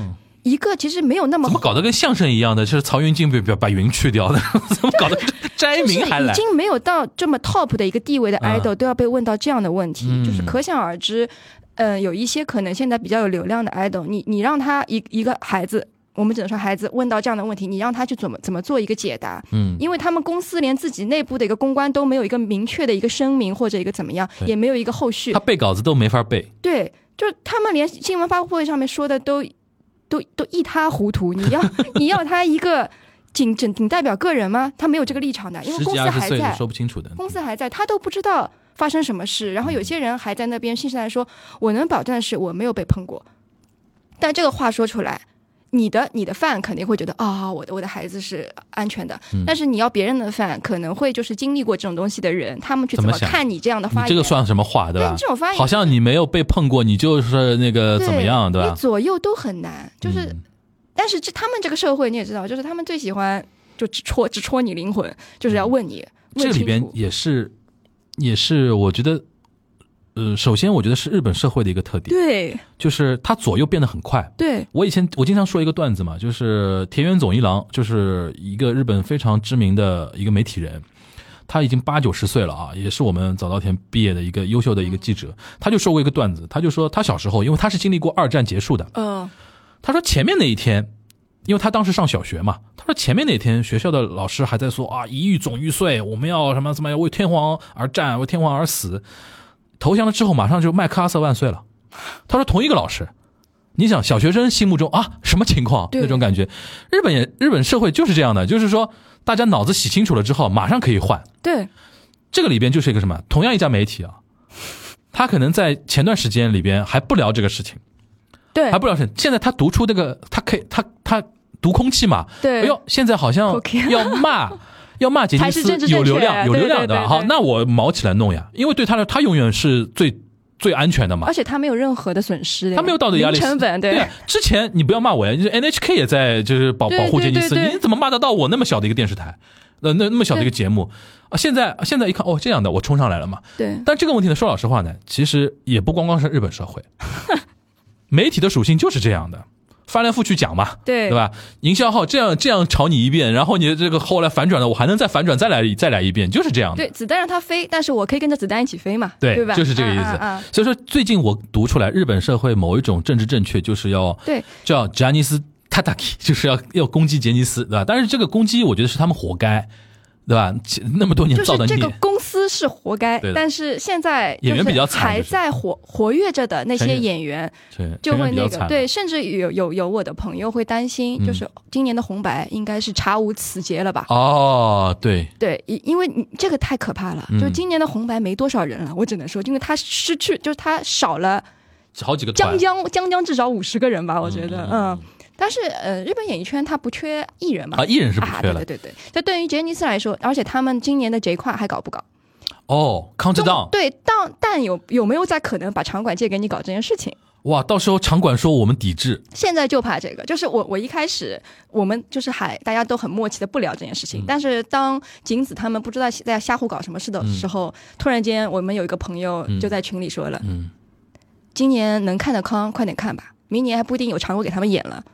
Speaker 6: 一个其实没有那么
Speaker 5: 怎么搞得跟相声一样的？就是曹云金被把把云去掉的， (laughs) 怎么搞得摘
Speaker 6: 就是
Speaker 5: 名还
Speaker 6: 已
Speaker 5: 来？
Speaker 6: 经没有到这么 top 的一个地位的
Speaker 5: 啊
Speaker 6: idol 都要被问到这样的问题，
Speaker 5: 嗯
Speaker 6: 就是可想而知，呃，有一些可能现在比较有流量的 idol，你你让他一一个孩子。我们只能说，孩子问到这样的问题，你让他去怎么怎么做一个解答？
Speaker 5: 嗯
Speaker 6: 因为他们公司连自己内部的一个公关都没有一个明确的一个声明或者一个怎么样，
Speaker 5: 对
Speaker 6: 也没有一个后续
Speaker 5: 他。背稿子都没法背，
Speaker 6: 对，就是他们连新闻发布会上面说的都都都一塌糊
Speaker 5: (laughs)
Speaker 6: 涂。你要你要他一个仅仅仅代表个人吗？他没有这个立场的，因为
Speaker 5: 十
Speaker 6: 公
Speaker 5: 几
Speaker 6: 司
Speaker 5: 二十
Speaker 6: 还
Speaker 5: 岁
Speaker 6: 在
Speaker 5: 是，说不清楚的。
Speaker 6: 公司还在，他都不知道发生什么事。然后有
Speaker 5: 嗯
Speaker 6: 些人还在那边信誓旦旦说，我能保证的是我没有被碰过。但这个话说出来，你的你的饭肯定会觉得啊、我的我的孩子是安全的。
Speaker 5: 嗯
Speaker 6: 但是你要别人的饭，可能会就是经历过这种东西的人，他们去
Speaker 5: 怎
Speaker 6: 怎
Speaker 5: 么
Speaker 6: 么
Speaker 5: 想
Speaker 6: 看你这样的
Speaker 5: 你
Speaker 6: 发言？
Speaker 5: 这个算什么话，对吧
Speaker 6: 但？这种发言
Speaker 5: 好像你没有被碰过，你就是那个
Speaker 6: 对
Speaker 5: 呃怎么样，对吧
Speaker 6: 你？左右都很难，就是，
Speaker 5: 嗯
Speaker 6: 但是这他们这个社会你也知道，就是他们最喜欢就只戳只戳你灵魂，就是要问你。问
Speaker 5: 嗯这里
Speaker 6: 清
Speaker 5: 边
Speaker 6: 楚
Speaker 5: 也是，也是我觉得，呃，首先我觉得是日本社会的一个特点，
Speaker 6: 对
Speaker 5: 就是它左右变得很快。
Speaker 6: 对，
Speaker 5: 我以前我经常说一个段子嘛，就是田园总一郎，就是一个日本非常知名的一个媒体人，他已经八九十岁了啊，也是我们早稻田毕业的一个优秀的一个记者，他就说过一个段子，他就说他小时候，因为他是经历过二战结束的，
Speaker 6: 嗯、
Speaker 5: 他说前面那一天，因为他当时上小学嘛，他说前面那天学校的老师还在说啊，一遇总玉碎，我们要什么什么，为天皇而战，为天皇而死。投降了之后，马上就麦克阿瑟万岁了。他说同一个老师，你想小学生心目中啊什么情况
Speaker 6: 对
Speaker 5: 那种感觉？日本也日本社会就是这样的，就是说大家脑子洗清楚了之后，马上可以换。
Speaker 6: 对，
Speaker 5: 这个里边就是一个什么？同样一家媒体啊，他可能在前段时间里边还不聊这个事情。
Speaker 6: 对
Speaker 5: 还，不了解。现在他读出那个，他可以，他他读空气嘛？
Speaker 6: 对
Speaker 5: 哎呦，现在好像
Speaker 6: OK
Speaker 5: 要
Speaker 6: (laughs)
Speaker 5: 骂，要骂杰尼
Speaker 6: 才是政治
Speaker 5: 斯
Speaker 6: 正
Speaker 5: 有流量，
Speaker 6: 确
Speaker 5: 有流
Speaker 6: 对
Speaker 5: 量
Speaker 6: 对
Speaker 5: 的。
Speaker 6: 对
Speaker 5: 好，
Speaker 6: 对
Speaker 5: 那我毛起来弄呀，因为对他来，他永远是最最安全的嘛
Speaker 6: 而。且他没有任何的损失啊的呀，
Speaker 5: 他没有道德压力，
Speaker 6: 零成本
Speaker 5: 对
Speaker 6: 对
Speaker 5: 啊。之前你不要骂我呀，就是 NHK 也在就是保
Speaker 6: 对
Speaker 5: 保护杰尼斯，
Speaker 6: 对对对
Speaker 5: 你怎么骂得到我那么小的一个电视台，呃，那那么小的一个节目啊？现在现在一看，哦，这样的，我冲上来了嘛。
Speaker 6: 对 (laughs)
Speaker 5: 但这个问题呢，说老实话呢，其实也不光光是日本社会，媒体的属性就是这样的，翻来覆去讲嘛，
Speaker 6: 对
Speaker 5: 对吧？营销号这样这样炒你一遍，然后你这个后来反转了，我还能再反转再来再来一遍，就是这样的
Speaker 6: 对，。子弹让它飞，但是我可以跟着子弹一起飞嘛，
Speaker 5: 对，
Speaker 6: 吧？
Speaker 5: 就是这个意思。
Speaker 6: 啊啊啊
Speaker 5: 所以说，最近我读出来，日本社会某一种政治正确就是要
Speaker 6: 对
Speaker 5: 叫杰尼斯 Tataki，就是 (laughs) 要要攻击杰尼斯，对吧？但是这个攻击，我觉得是他们活该，对吧？其那么多年
Speaker 6: 就
Speaker 5: 造
Speaker 6: 是
Speaker 5: 的孽，
Speaker 6: 这个公司是活该
Speaker 5: 对的，
Speaker 6: 但是现在就是
Speaker 5: 演员比较惨
Speaker 6: 还
Speaker 5: 就是
Speaker 6: 在活活跃着的那
Speaker 5: 全
Speaker 6: 些
Speaker 5: 是
Speaker 6: 演员
Speaker 5: 对，
Speaker 6: 就会
Speaker 5: 比较
Speaker 6: 那
Speaker 5: 惨嗯
Speaker 6: 个，对，甚至有有有我的朋友会担心，就是今年的红白应该是查无此节了吧？
Speaker 5: 哦，对，
Speaker 6: 对，因因为你这个太可怕了，就是
Speaker 5: 嗯
Speaker 6: 今年的红白没多少人了，我只能说，因为他失去，就是他少了
Speaker 5: 好几个团
Speaker 6: 将将将将至少五十个人吧，我觉得，嗯。但是呃，日本演艺圈它不缺艺人嘛，
Speaker 5: 啊，艺人是不
Speaker 6: 啊，
Speaker 5: 缺
Speaker 6: 对
Speaker 5: 了
Speaker 6: 对。对对。这对于杰尼斯来说，而且他们今年的贼跨还搞不搞？
Speaker 5: 哦，countdown，
Speaker 6: 对，但但有有没有在可能把场馆借给你搞这件事情？
Speaker 5: 哇，到时候场馆说我们抵制，
Speaker 6: 现在就怕这个，就是我我一开始我们就是还大家都很默契的不聊这件事情，
Speaker 5: 嗯
Speaker 6: 但是当景子他们不知道在瞎胡搞什么事的时候，突然间我们有一个朋友就在群里说了，
Speaker 5: 嗯
Speaker 6: 今年能看的康快点看吧，明年还不一定有场馆给他们演了。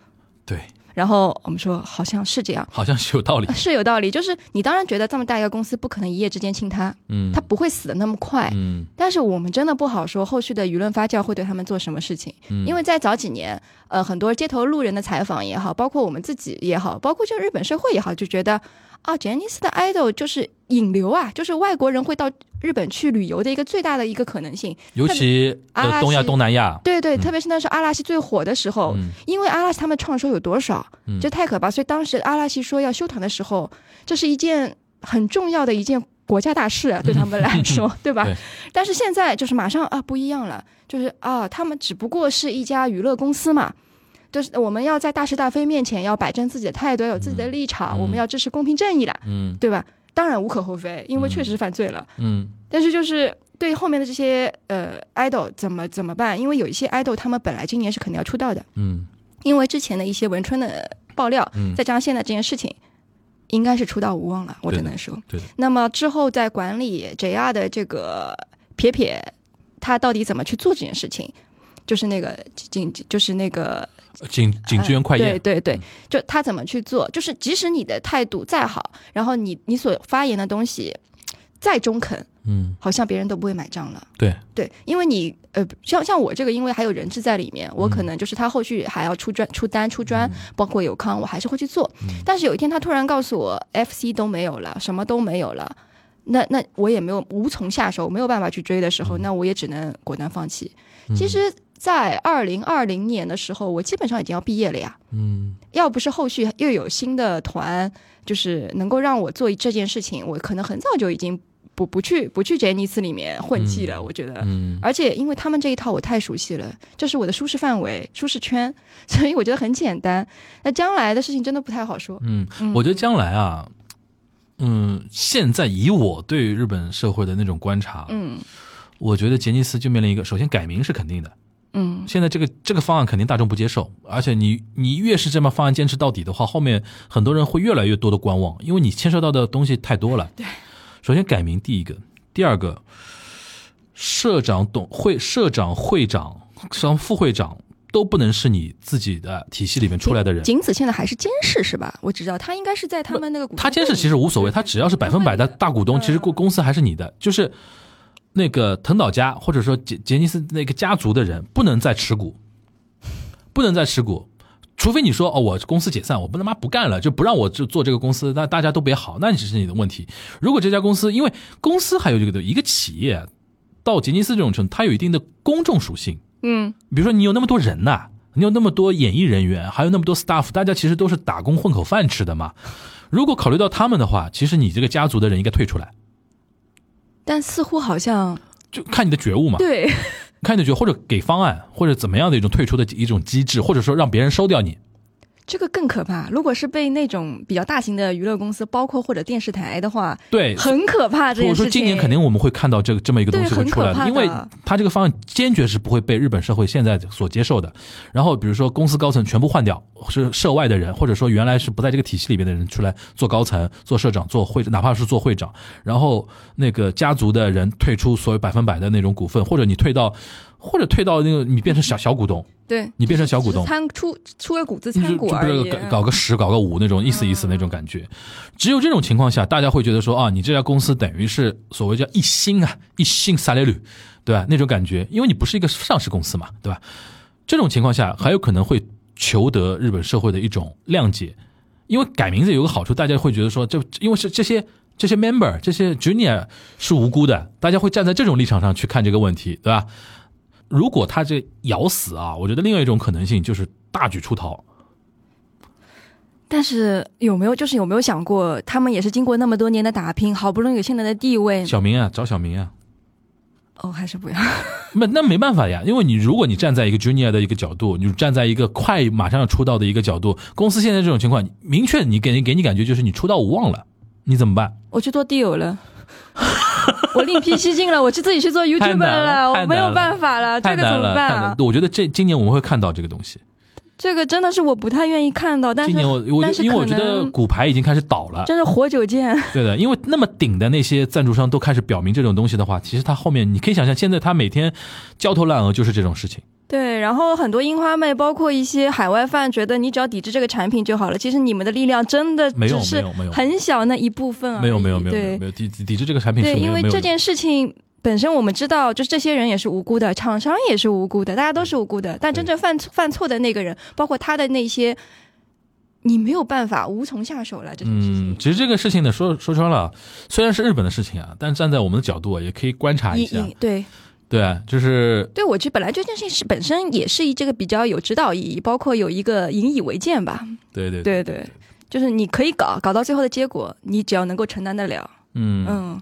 Speaker 5: 对，
Speaker 6: 然后我们说好像是这样。
Speaker 5: (laughs) 好像是有道理
Speaker 6: 呃，是有道理，就是你当然觉得这么大一个公司不可能一夜之间清它，
Speaker 5: 嗯
Speaker 6: 它不会死的那么快，
Speaker 5: 嗯
Speaker 6: 但是我们真的不好说后续的舆论发酵会对他们做什么事情，因为在早几年，呃，很多街头路人的采访也好，包括我们自己也好，包括这日本社会也好，就觉得啊，杰尼斯的 idol 就是引流啊，就是外国人会到日本去旅游的一个最大的一个可能性。
Speaker 5: 尤其
Speaker 6: 阿拉
Speaker 5: 呃
Speaker 6: 西
Speaker 5: 东亚、东南亚，嗯
Speaker 6: 对对，特别是那时候阿拉西最火的时候，因为阿拉西他们创收有多少，这太可怕。所以当时阿拉西说要休团的时候，这是一件很重要的一件国家大事、啊，对他们
Speaker 5: (laughs)
Speaker 6: 来说，对吧？
Speaker 5: 嗯对
Speaker 6: 但是现在就是马上啊不一样了，就是啊，他们只不过是一家娱乐公司嘛。就是我们要在大是大非面前要摆正自己的态度，要有自己的立场，我们要支持公平正义啦，
Speaker 5: 嗯
Speaker 6: 对吧？当然无可厚非，因为确实犯罪了。
Speaker 5: 嗯
Speaker 6: 但是就是对后面的这些呃 idol 怎么怎么办？因为有一些 idol 他们本来今年是肯定要出道的，
Speaker 5: 嗯，
Speaker 6: 因为之前的一些文春的爆料，再加上现在这件事情，应该是出道无望了，我只能说。
Speaker 5: 对的
Speaker 6: 那么之后在管理 JR 的这个撇撇，他到底怎么去做这件事情？就是那个警，就是那个
Speaker 5: 呃警警支援快
Speaker 6: 呃对
Speaker 5: 验，
Speaker 6: 对对，就他怎么去做，就是即使你的态度再好，然后你你所发言的东西再中肯，
Speaker 5: 嗯，
Speaker 6: 好像别人都不会买账了。
Speaker 5: 对，
Speaker 6: 对，因为你呃，像像我这个，因为还有人质在里面，
Speaker 5: 嗯
Speaker 6: 我可能就是他后续还要出专出单出专，包括有康，我还是会去做。
Speaker 5: 嗯
Speaker 6: 但是有一天他突然告诉我，FC 都没有了，什么都没有了。那那我也没有无从下手，没有办法去追的时
Speaker 5: 嗯
Speaker 6: 候，那我也只能果断放弃。其实，在二零二零年的时候，我基本上已经要毕业了呀。
Speaker 5: 嗯
Speaker 6: 要不是后续又有新的团，就是能够让我做这件事情，我可能很早就已经不不去不去杰尼斯里面混迹了。我觉得，
Speaker 5: 嗯
Speaker 6: 而且因为他们这一套我太熟悉了，这是我的舒适范围、舒适圈，所以我觉得很简单。那将来的事情真的不太好说。
Speaker 5: 嗯，我觉得将来啊，嗯，现在以我对日本社会的那种观察，啊
Speaker 6: 嗯
Speaker 5: 我觉得杰尼斯就面临一个，首先改名是肯定的，
Speaker 6: 嗯，
Speaker 5: 现在这个这个方案肯定大众不接受，而且你你越是这么方案坚持到底的话，后面很多人会越来越多的观望，因为你牵涉到的东西太多了。对，首先改名第一个，第二个，社长、董会、社长、会长、什么副会长都不能是你自己的体系里面出来的人。
Speaker 6: 景子现在还是监事是吧？我知道他应该是在他们那个股东
Speaker 5: 他监
Speaker 6: 会
Speaker 5: 事
Speaker 6: 里
Speaker 5: 其实无所谓，他只要是百分百的大股东，其实公公司还是你的，就是那个藤岛家或者说杰杰尼斯那个家族的人不能再持股，不能再持股。除非你说哦，我公司解散，我不他妈不干了，就不让我就做这个公司，那大家都别好，那只是你的问题。如果这家公司，因为公司还有这个的一个企业，到杰尼斯这种程度，它有一定的公众属性，
Speaker 6: 嗯
Speaker 5: 比如说你有那么多人呐、你有那么多演艺人员，还有那么多 staff，大家其实都是打工混口饭吃的嘛。如果考虑到他们的话，其实你这个家族的人应该退出来，
Speaker 6: 但似乎好像
Speaker 5: 就看你的觉悟嘛，
Speaker 6: 对
Speaker 5: 看你的觉悟，或者给方案，或者怎么样的一种退出的一种机制，或者说让别人收掉你。
Speaker 6: 这个更可怕。如果是被那种比较大型的娱乐公司，包括或者电视台的话，
Speaker 5: 对，
Speaker 6: 很可怕这
Speaker 5: 所以
Speaker 6: 件
Speaker 5: 我
Speaker 6: 事
Speaker 5: 说
Speaker 6: 情。
Speaker 5: 今年肯定我们会看到这个这么一个东西会
Speaker 6: 对
Speaker 5: 出来
Speaker 6: 很可怕的
Speaker 5: 因为他这个方案坚决是不会被日本社会现在所接受的。然后比如说公司高层全部换掉，是涉外的人，或者说原来是不在这个体系里面的人出来做高层、做社长、做会，哪怕是做会长，然后那个家族的人退出所有百分百的那种股份，或者你退到，或者退到那个你变成小小股东，
Speaker 6: 对
Speaker 5: 你变成小股东
Speaker 6: 只参出出个股子
Speaker 5: 就
Speaker 6: 参
Speaker 5: 就
Speaker 6: 股
Speaker 5: 不
Speaker 6: 而
Speaker 5: 是
Speaker 6: 已。嗯
Speaker 5: 搞搞个十搞个五那种意思意思那种感觉，只有这种情况下，大家会觉得说啊，你这家公司等于是所谓叫一星啊，一星萨雷率，对吧？那种感觉，因为你不是一个上市公司嘛，对吧？这种情况下，还有可能会求得日本社会的一种谅解，因为改名字有个好处，大家会觉得说，这因为是这些这些 member 这些 junior 是无辜的，大家会站在这种立场上去看这个问题，对吧？如果他这咬死啊，我觉得另外一种可能性就是大举出逃，
Speaker 6: 但是有没有就是有没有想过，他们也是经过那么多年的打拼，好不容易有现在的地位，
Speaker 5: 小明啊，找小明啊，
Speaker 6: 哦，还是不要。
Speaker 5: 那那没办法呀，因为你如果你站在一个 junior 的一个角度，你站在一个快马上要出道的一个角度，公司现在这种情况，明确你给人给你感觉就是你出道无望了，你怎么办？
Speaker 6: 我去做地友了。我另辟蹊径了，我去自己去做 YouTuber
Speaker 5: 难了太
Speaker 6: 我没
Speaker 5: 难
Speaker 6: 有
Speaker 5: 了
Speaker 6: 办法了，这
Speaker 5: 太
Speaker 6: 个怎
Speaker 5: 难
Speaker 6: 么
Speaker 5: 了，
Speaker 6: 办
Speaker 5: 太难
Speaker 6: 啊
Speaker 5: 了。？我觉得这今年我们会看到这个东西。
Speaker 6: 这个真的是我不太愿意看到，但是
Speaker 5: 今年我我
Speaker 6: 但
Speaker 5: 觉
Speaker 6: 是
Speaker 5: 得因为我
Speaker 6: 可
Speaker 5: 觉得
Speaker 6: 能
Speaker 5: 骨牌已经开始倒了，
Speaker 6: 真是活久见，
Speaker 5: 对的，因为那么顶的那些赞助商都开始表明这种东西的话，其实他后面你可以想象，现在他每天焦头烂额就是这种事情。
Speaker 6: 对。然后很多樱花妹，包括一些海外饭，觉得你只要抵制这个产品就好了。其实你们的力量真的
Speaker 5: 没有
Speaker 6: 只是
Speaker 5: 没有没有
Speaker 6: 很小那一部分而已。
Speaker 5: 没有没有没有没有
Speaker 6: 对
Speaker 5: 没有抵抵抵制这个产品是
Speaker 6: 对，
Speaker 5: 没
Speaker 6: 因
Speaker 5: 有
Speaker 6: 为
Speaker 5: 没有
Speaker 6: 这件事情本身我们知道，就是这些人也是无辜的，厂商也是无辜的，大家都是无辜的。但真正犯错犯错的那个人，
Speaker 5: 嗯
Speaker 6: 包括他的那些，你没有办法无从下手了。这种事情
Speaker 5: 嗯，，其实这个事情呢，说说穿了，啊虽然是日本的事情啊，但站在我们的角度啊，也可以观察一
Speaker 6: 隐
Speaker 5: 下。
Speaker 6: 隐对
Speaker 5: 对啊，就是
Speaker 6: 对，我觉得本来就这件事情是本身也是一这个比较有指导意义，包括有一个引以为戒吧。
Speaker 5: 嗯对对，
Speaker 6: 对对，就是你可以搞，搞到最后的结果，你只要能够承担得了，
Speaker 5: 嗯，
Speaker 6: 嗯，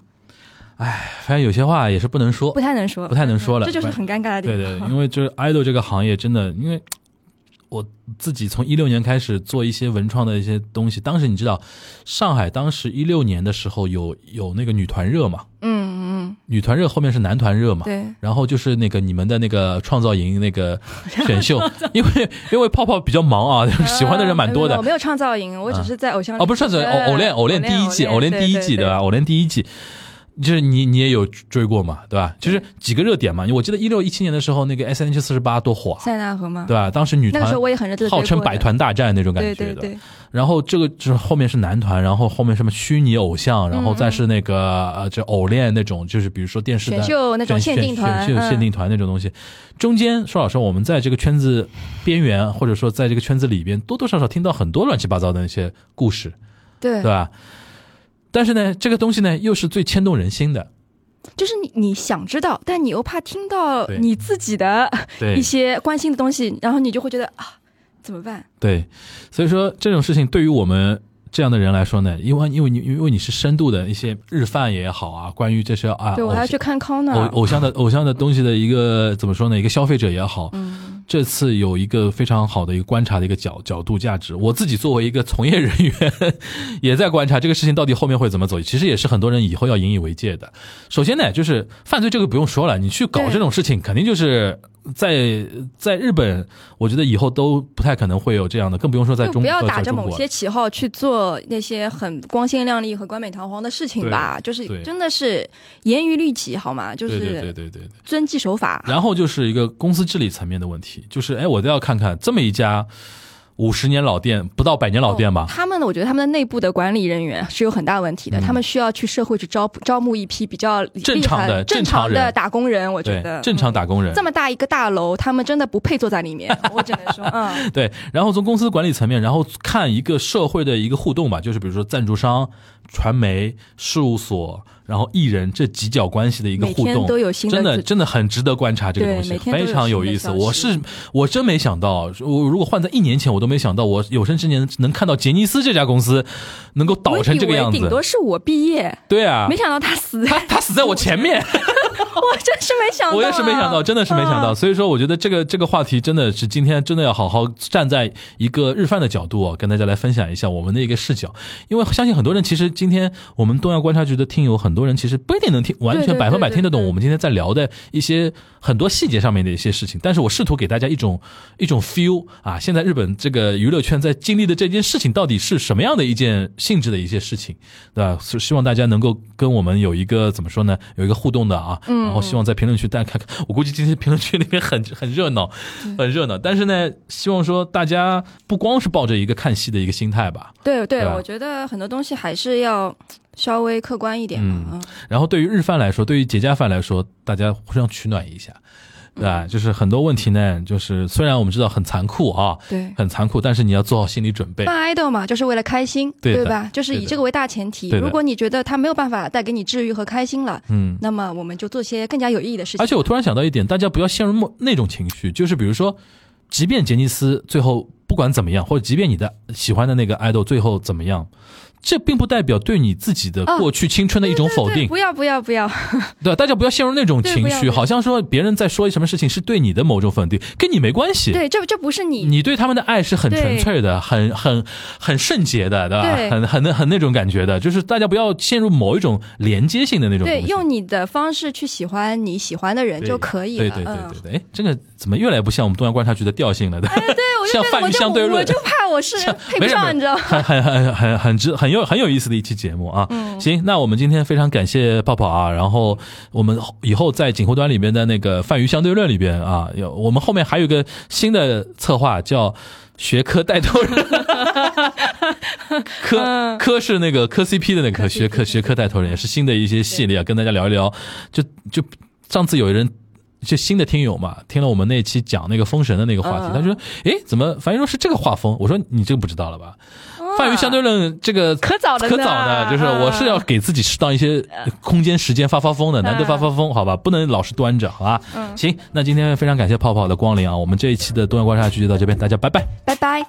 Speaker 5: 反正有些话也是不能说
Speaker 6: 不，太能说
Speaker 5: 不，太能说了。
Speaker 6: 这就是很尴尬的地
Speaker 5: 对
Speaker 6: 方。
Speaker 5: 对，因为就是哎 idol 这个行业真的，因为我自己从一六年开始做一些文创的一些东西，当时你知道，上海当时一六年的时候有有那个女团热嘛，
Speaker 6: 嗯嗯，
Speaker 5: 女团热后面是男团热嘛，
Speaker 6: 对。
Speaker 5: 然后就是那个你们的那个创造营那个选 (laughs) 秀，因为因为泡泡比较忙啊， (laughs) 喜欢的人蛮多的
Speaker 6: 我，没有创造营，我只是在偶像
Speaker 5: 啊，不是创造
Speaker 6: 嗯对
Speaker 5: 偶偶恋偶恋第一季，偶恋第一季对吧？？偶恋第一季，就是你你也有追过嘛，对吧？就是几个热点嘛，我记得一六一七年的时候，那个 S N H 四十八多火啊，
Speaker 6: 塞纳河嘛，
Speaker 5: 对吧？当时女
Speaker 6: 那
Speaker 5: 团
Speaker 6: 个时候我也很认真地追
Speaker 5: 号
Speaker 6: 过的，
Speaker 5: 称百团大战那种感
Speaker 6: 对
Speaker 5: 觉的，
Speaker 6: 对对，
Speaker 5: 然后这个就是后面是男团，然后后面什么虚拟偶像，然后再是那个呃，就偶恋那种，就是比如说电视的
Speaker 6: 嗯选秀那种
Speaker 5: 选
Speaker 6: 限定团
Speaker 5: 选选秀
Speaker 6: 嗯
Speaker 5: 限定团那种东西。中间说老实话，我们在这个圈子边缘，或者说在这个圈子里边，多多少少听到很多乱七八糟的那些故事，
Speaker 6: 对
Speaker 5: 对吧？但是呢，这个东西呢，又是最牵动人心的，
Speaker 6: 就是你你想知道，但你又怕听到
Speaker 5: 对
Speaker 6: 你自己的
Speaker 5: 对
Speaker 6: 一些关心的东西，然后你就会觉得啊，怎么办？
Speaker 5: 对，所以说这种事情对于我们这样的人来说呢，因为因为你因为你是深度的一些日饭也好啊，关于这些啊，
Speaker 6: 对我还
Speaker 5: 偶像
Speaker 6: 要去看康
Speaker 5: 偶
Speaker 6: 呢。
Speaker 5: 偶像的偶像的东西的一个怎么说呢？一个消费者也好，
Speaker 6: 嗯
Speaker 5: 这次有一个非常好的一个观察的一个角角度价值。我自己作为一个从业人员， (laughs) 也在观察这个事情到底后面会怎么走。其实也是很多人以后要引以为戒的。首先呢，就是犯罪这个不用说了，你去搞
Speaker 6: 对
Speaker 5: 这种事情，肯定就是在在日本，我觉得以后都不太可能会有这样的，更不用说在
Speaker 6: 就
Speaker 5: 中
Speaker 6: 不
Speaker 5: 国
Speaker 6: 要打
Speaker 5: 在
Speaker 6: 着
Speaker 5: 中
Speaker 6: 某
Speaker 5: 国
Speaker 6: 些。旗号去做那些很光鲜亮丽和冠冕堂皇的事情吧，就是
Speaker 5: 对
Speaker 6: 真的是严于律己，好吗？就
Speaker 5: 对对对对
Speaker 6: 是
Speaker 5: 对对。
Speaker 6: 遵纪守法。
Speaker 5: 然后就是一个公司治理层面的问题，就是哎，我都要看看这么一家五十年老店，不到百年老店哦吧？
Speaker 6: 哦
Speaker 5: 嗯
Speaker 6: 他们呢，我觉得他们的内部的管理人员是有很大问题的，他们需要去社会去招招募一批比较厉害
Speaker 5: 正常的
Speaker 6: 正
Speaker 5: 正常
Speaker 6: 的
Speaker 5: 人
Speaker 6: 打工人，我觉
Speaker 5: 对
Speaker 6: 得，
Speaker 5: 正常打工人
Speaker 6: 嗯。这么大一个大楼，他们真的不配坐在里面，
Speaker 5: (laughs)
Speaker 6: 我只能说，嗯，
Speaker 5: 对，然后从公司管理层面，然后看一个社会的一个互动吧，就是比如说赞助商、传媒、事务所，然后艺人这几角关系的一个
Speaker 6: 每
Speaker 5: 互
Speaker 6: 天
Speaker 5: 动，
Speaker 6: 都有新的
Speaker 5: 真的
Speaker 6: 自
Speaker 5: 真的很值得观察这个
Speaker 6: 对
Speaker 5: 东西，
Speaker 6: 每天都有
Speaker 5: 非常有
Speaker 6: 新的
Speaker 5: 意思。
Speaker 6: 消
Speaker 5: 我
Speaker 6: 息
Speaker 5: 是我真没想到，我如果换在一年前，我都没想到我有生之年能看到杰尼斯这家公司能够倒
Speaker 6: 我
Speaker 5: 成
Speaker 6: 以
Speaker 5: 这个
Speaker 6: 为
Speaker 5: 样
Speaker 6: 顶
Speaker 5: 子。
Speaker 6: 多是我毕业，
Speaker 5: 对啊，
Speaker 6: 没想到他死，
Speaker 5: (laughs) 他他死在我前面。
Speaker 6: (laughs) 我真是没想到啊，嗯
Speaker 5: 我也是没想到，真的是没想到。所以说，我觉得这个这个话题真的是今天真的要好好站在一个日饭的角度啊，跟大家来分享一下我们的一个视角。因为相信很多人其实今天我们东亚观察局的听友，很多人其实不一定能听完
Speaker 6: 对
Speaker 5: 全
Speaker 6: 对
Speaker 5: 百分百
Speaker 6: 对
Speaker 5: 听得懂
Speaker 6: 对
Speaker 5: 我们今天在聊的一些很多细节上面的一些事情。但是我试图给大家一种一种 feel 啊，现在日本这个娱乐圈在经历的这件事情到底是什么样的一件性质的一些事情。对吧？所以希望大家能够跟我们有一个怎么说呢，有一个互动的啊。然后希望在评论区大家看看，我估计今天评论区里面很很热闹，很热闹。但是呢，希望说大家不光是抱着一个看戏的一个心态吧，
Speaker 6: 对对
Speaker 5: 对吧
Speaker 6: 我觉得很多东西还是要稍微客观一点嘛。嗯
Speaker 5: 然后对于日饭来说，对于节假饭来说，大家互相取暖一下，对
Speaker 6: 嗯
Speaker 5: 吧？就是很多问题呢，就是虽然我们知道很残酷啊，
Speaker 6: 对
Speaker 5: 很残酷，但是你要做好心理准备。
Speaker 6: 办 idol 嘛，就是为了开心，
Speaker 5: 对的
Speaker 6: 吧？就是
Speaker 5: 对
Speaker 6: 以
Speaker 5: 的
Speaker 6: 这个为大前提。
Speaker 5: 对的
Speaker 6: 如果你觉得他没有办法带给你治愈和开心了，
Speaker 5: 嗯，
Speaker 6: 那么我们就做些更加有意义的事情。
Speaker 5: 而且我突然想到一点，大家不要陷入莫那种情绪，就是比如说，即便杰尼斯最后不管怎么样，或者即便你的喜欢的那个 idol 最后怎么样。这并不代表对你自己的
Speaker 6: 啊
Speaker 5: 过去青春的一种否
Speaker 6: 对
Speaker 5: 定，
Speaker 6: 不要不要不要，
Speaker 5: 对吧大家不要陷入那种
Speaker 6: 对
Speaker 5: 情
Speaker 6: 不要不
Speaker 5: 绪，
Speaker 6: 要
Speaker 5: 好像说别人在说什么事情是对你的某种否定，跟你没关系。
Speaker 6: 对，这这不是你，
Speaker 5: 你对他们的爱是很
Speaker 6: 对
Speaker 5: 纯粹的，很很很圣洁的，对吧？
Speaker 6: 对
Speaker 5: 很很很那种感觉的，就是大家不要陷入某一种连接性的那种
Speaker 6: 对，
Speaker 5: 东西。
Speaker 6: 用你的方式去喜欢你喜欢的人
Speaker 5: 对
Speaker 6: 就可以
Speaker 5: 对
Speaker 6: 了。
Speaker 5: 对对对
Speaker 6: 嗯，哎
Speaker 5: 对，哎，这个怎么越来越不像我们东阳观察局的调性了？对吧，
Speaker 6: 对我就
Speaker 5: 像
Speaker 6: 觉得
Speaker 5: 泛
Speaker 6: 我
Speaker 5: 于相对
Speaker 6: 就我
Speaker 5: 论
Speaker 6: 就。怕我是配不
Speaker 5: 没事没
Speaker 6: 上，
Speaker 5: 事
Speaker 6: 你知道吗？
Speaker 5: (laughs) 很很很很很值很有很有意思的一期节目啊！
Speaker 6: 嗯
Speaker 5: 行，那我们今天非常感谢泡泡啊，然后我们以后在锦湖端里边的那个泛娱相对论里边啊，有我们后面还有一个新的策划叫学科带头
Speaker 6: (laughs)
Speaker 5: 人，
Speaker 6: 嗯
Speaker 5: 科科是那个科 CP 的那个学科学科带头人，也是新的一些系列啊，跟大家聊一聊。就就上次有人。就新的听友嘛，听了我们那期讲那个封神的那个话题，
Speaker 6: 嗯嗯
Speaker 5: 他说：“诶，怎么樊一说是这个画风？”我说：“你这个不知道了吧？泛娱相对论这个
Speaker 6: 可早了呢嗯
Speaker 5: 可早呢，就是我是要给自己适当一些空间、时间发发疯的，难得发发疯，好
Speaker 6: 嗯
Speaker 5: 吧，不能老是端着，好吧？行，那今天非常感谢泡泡的光临啊，我们这一期的东亚观察局就到这边，大家拜拜。
Speaker 6: 拜拜。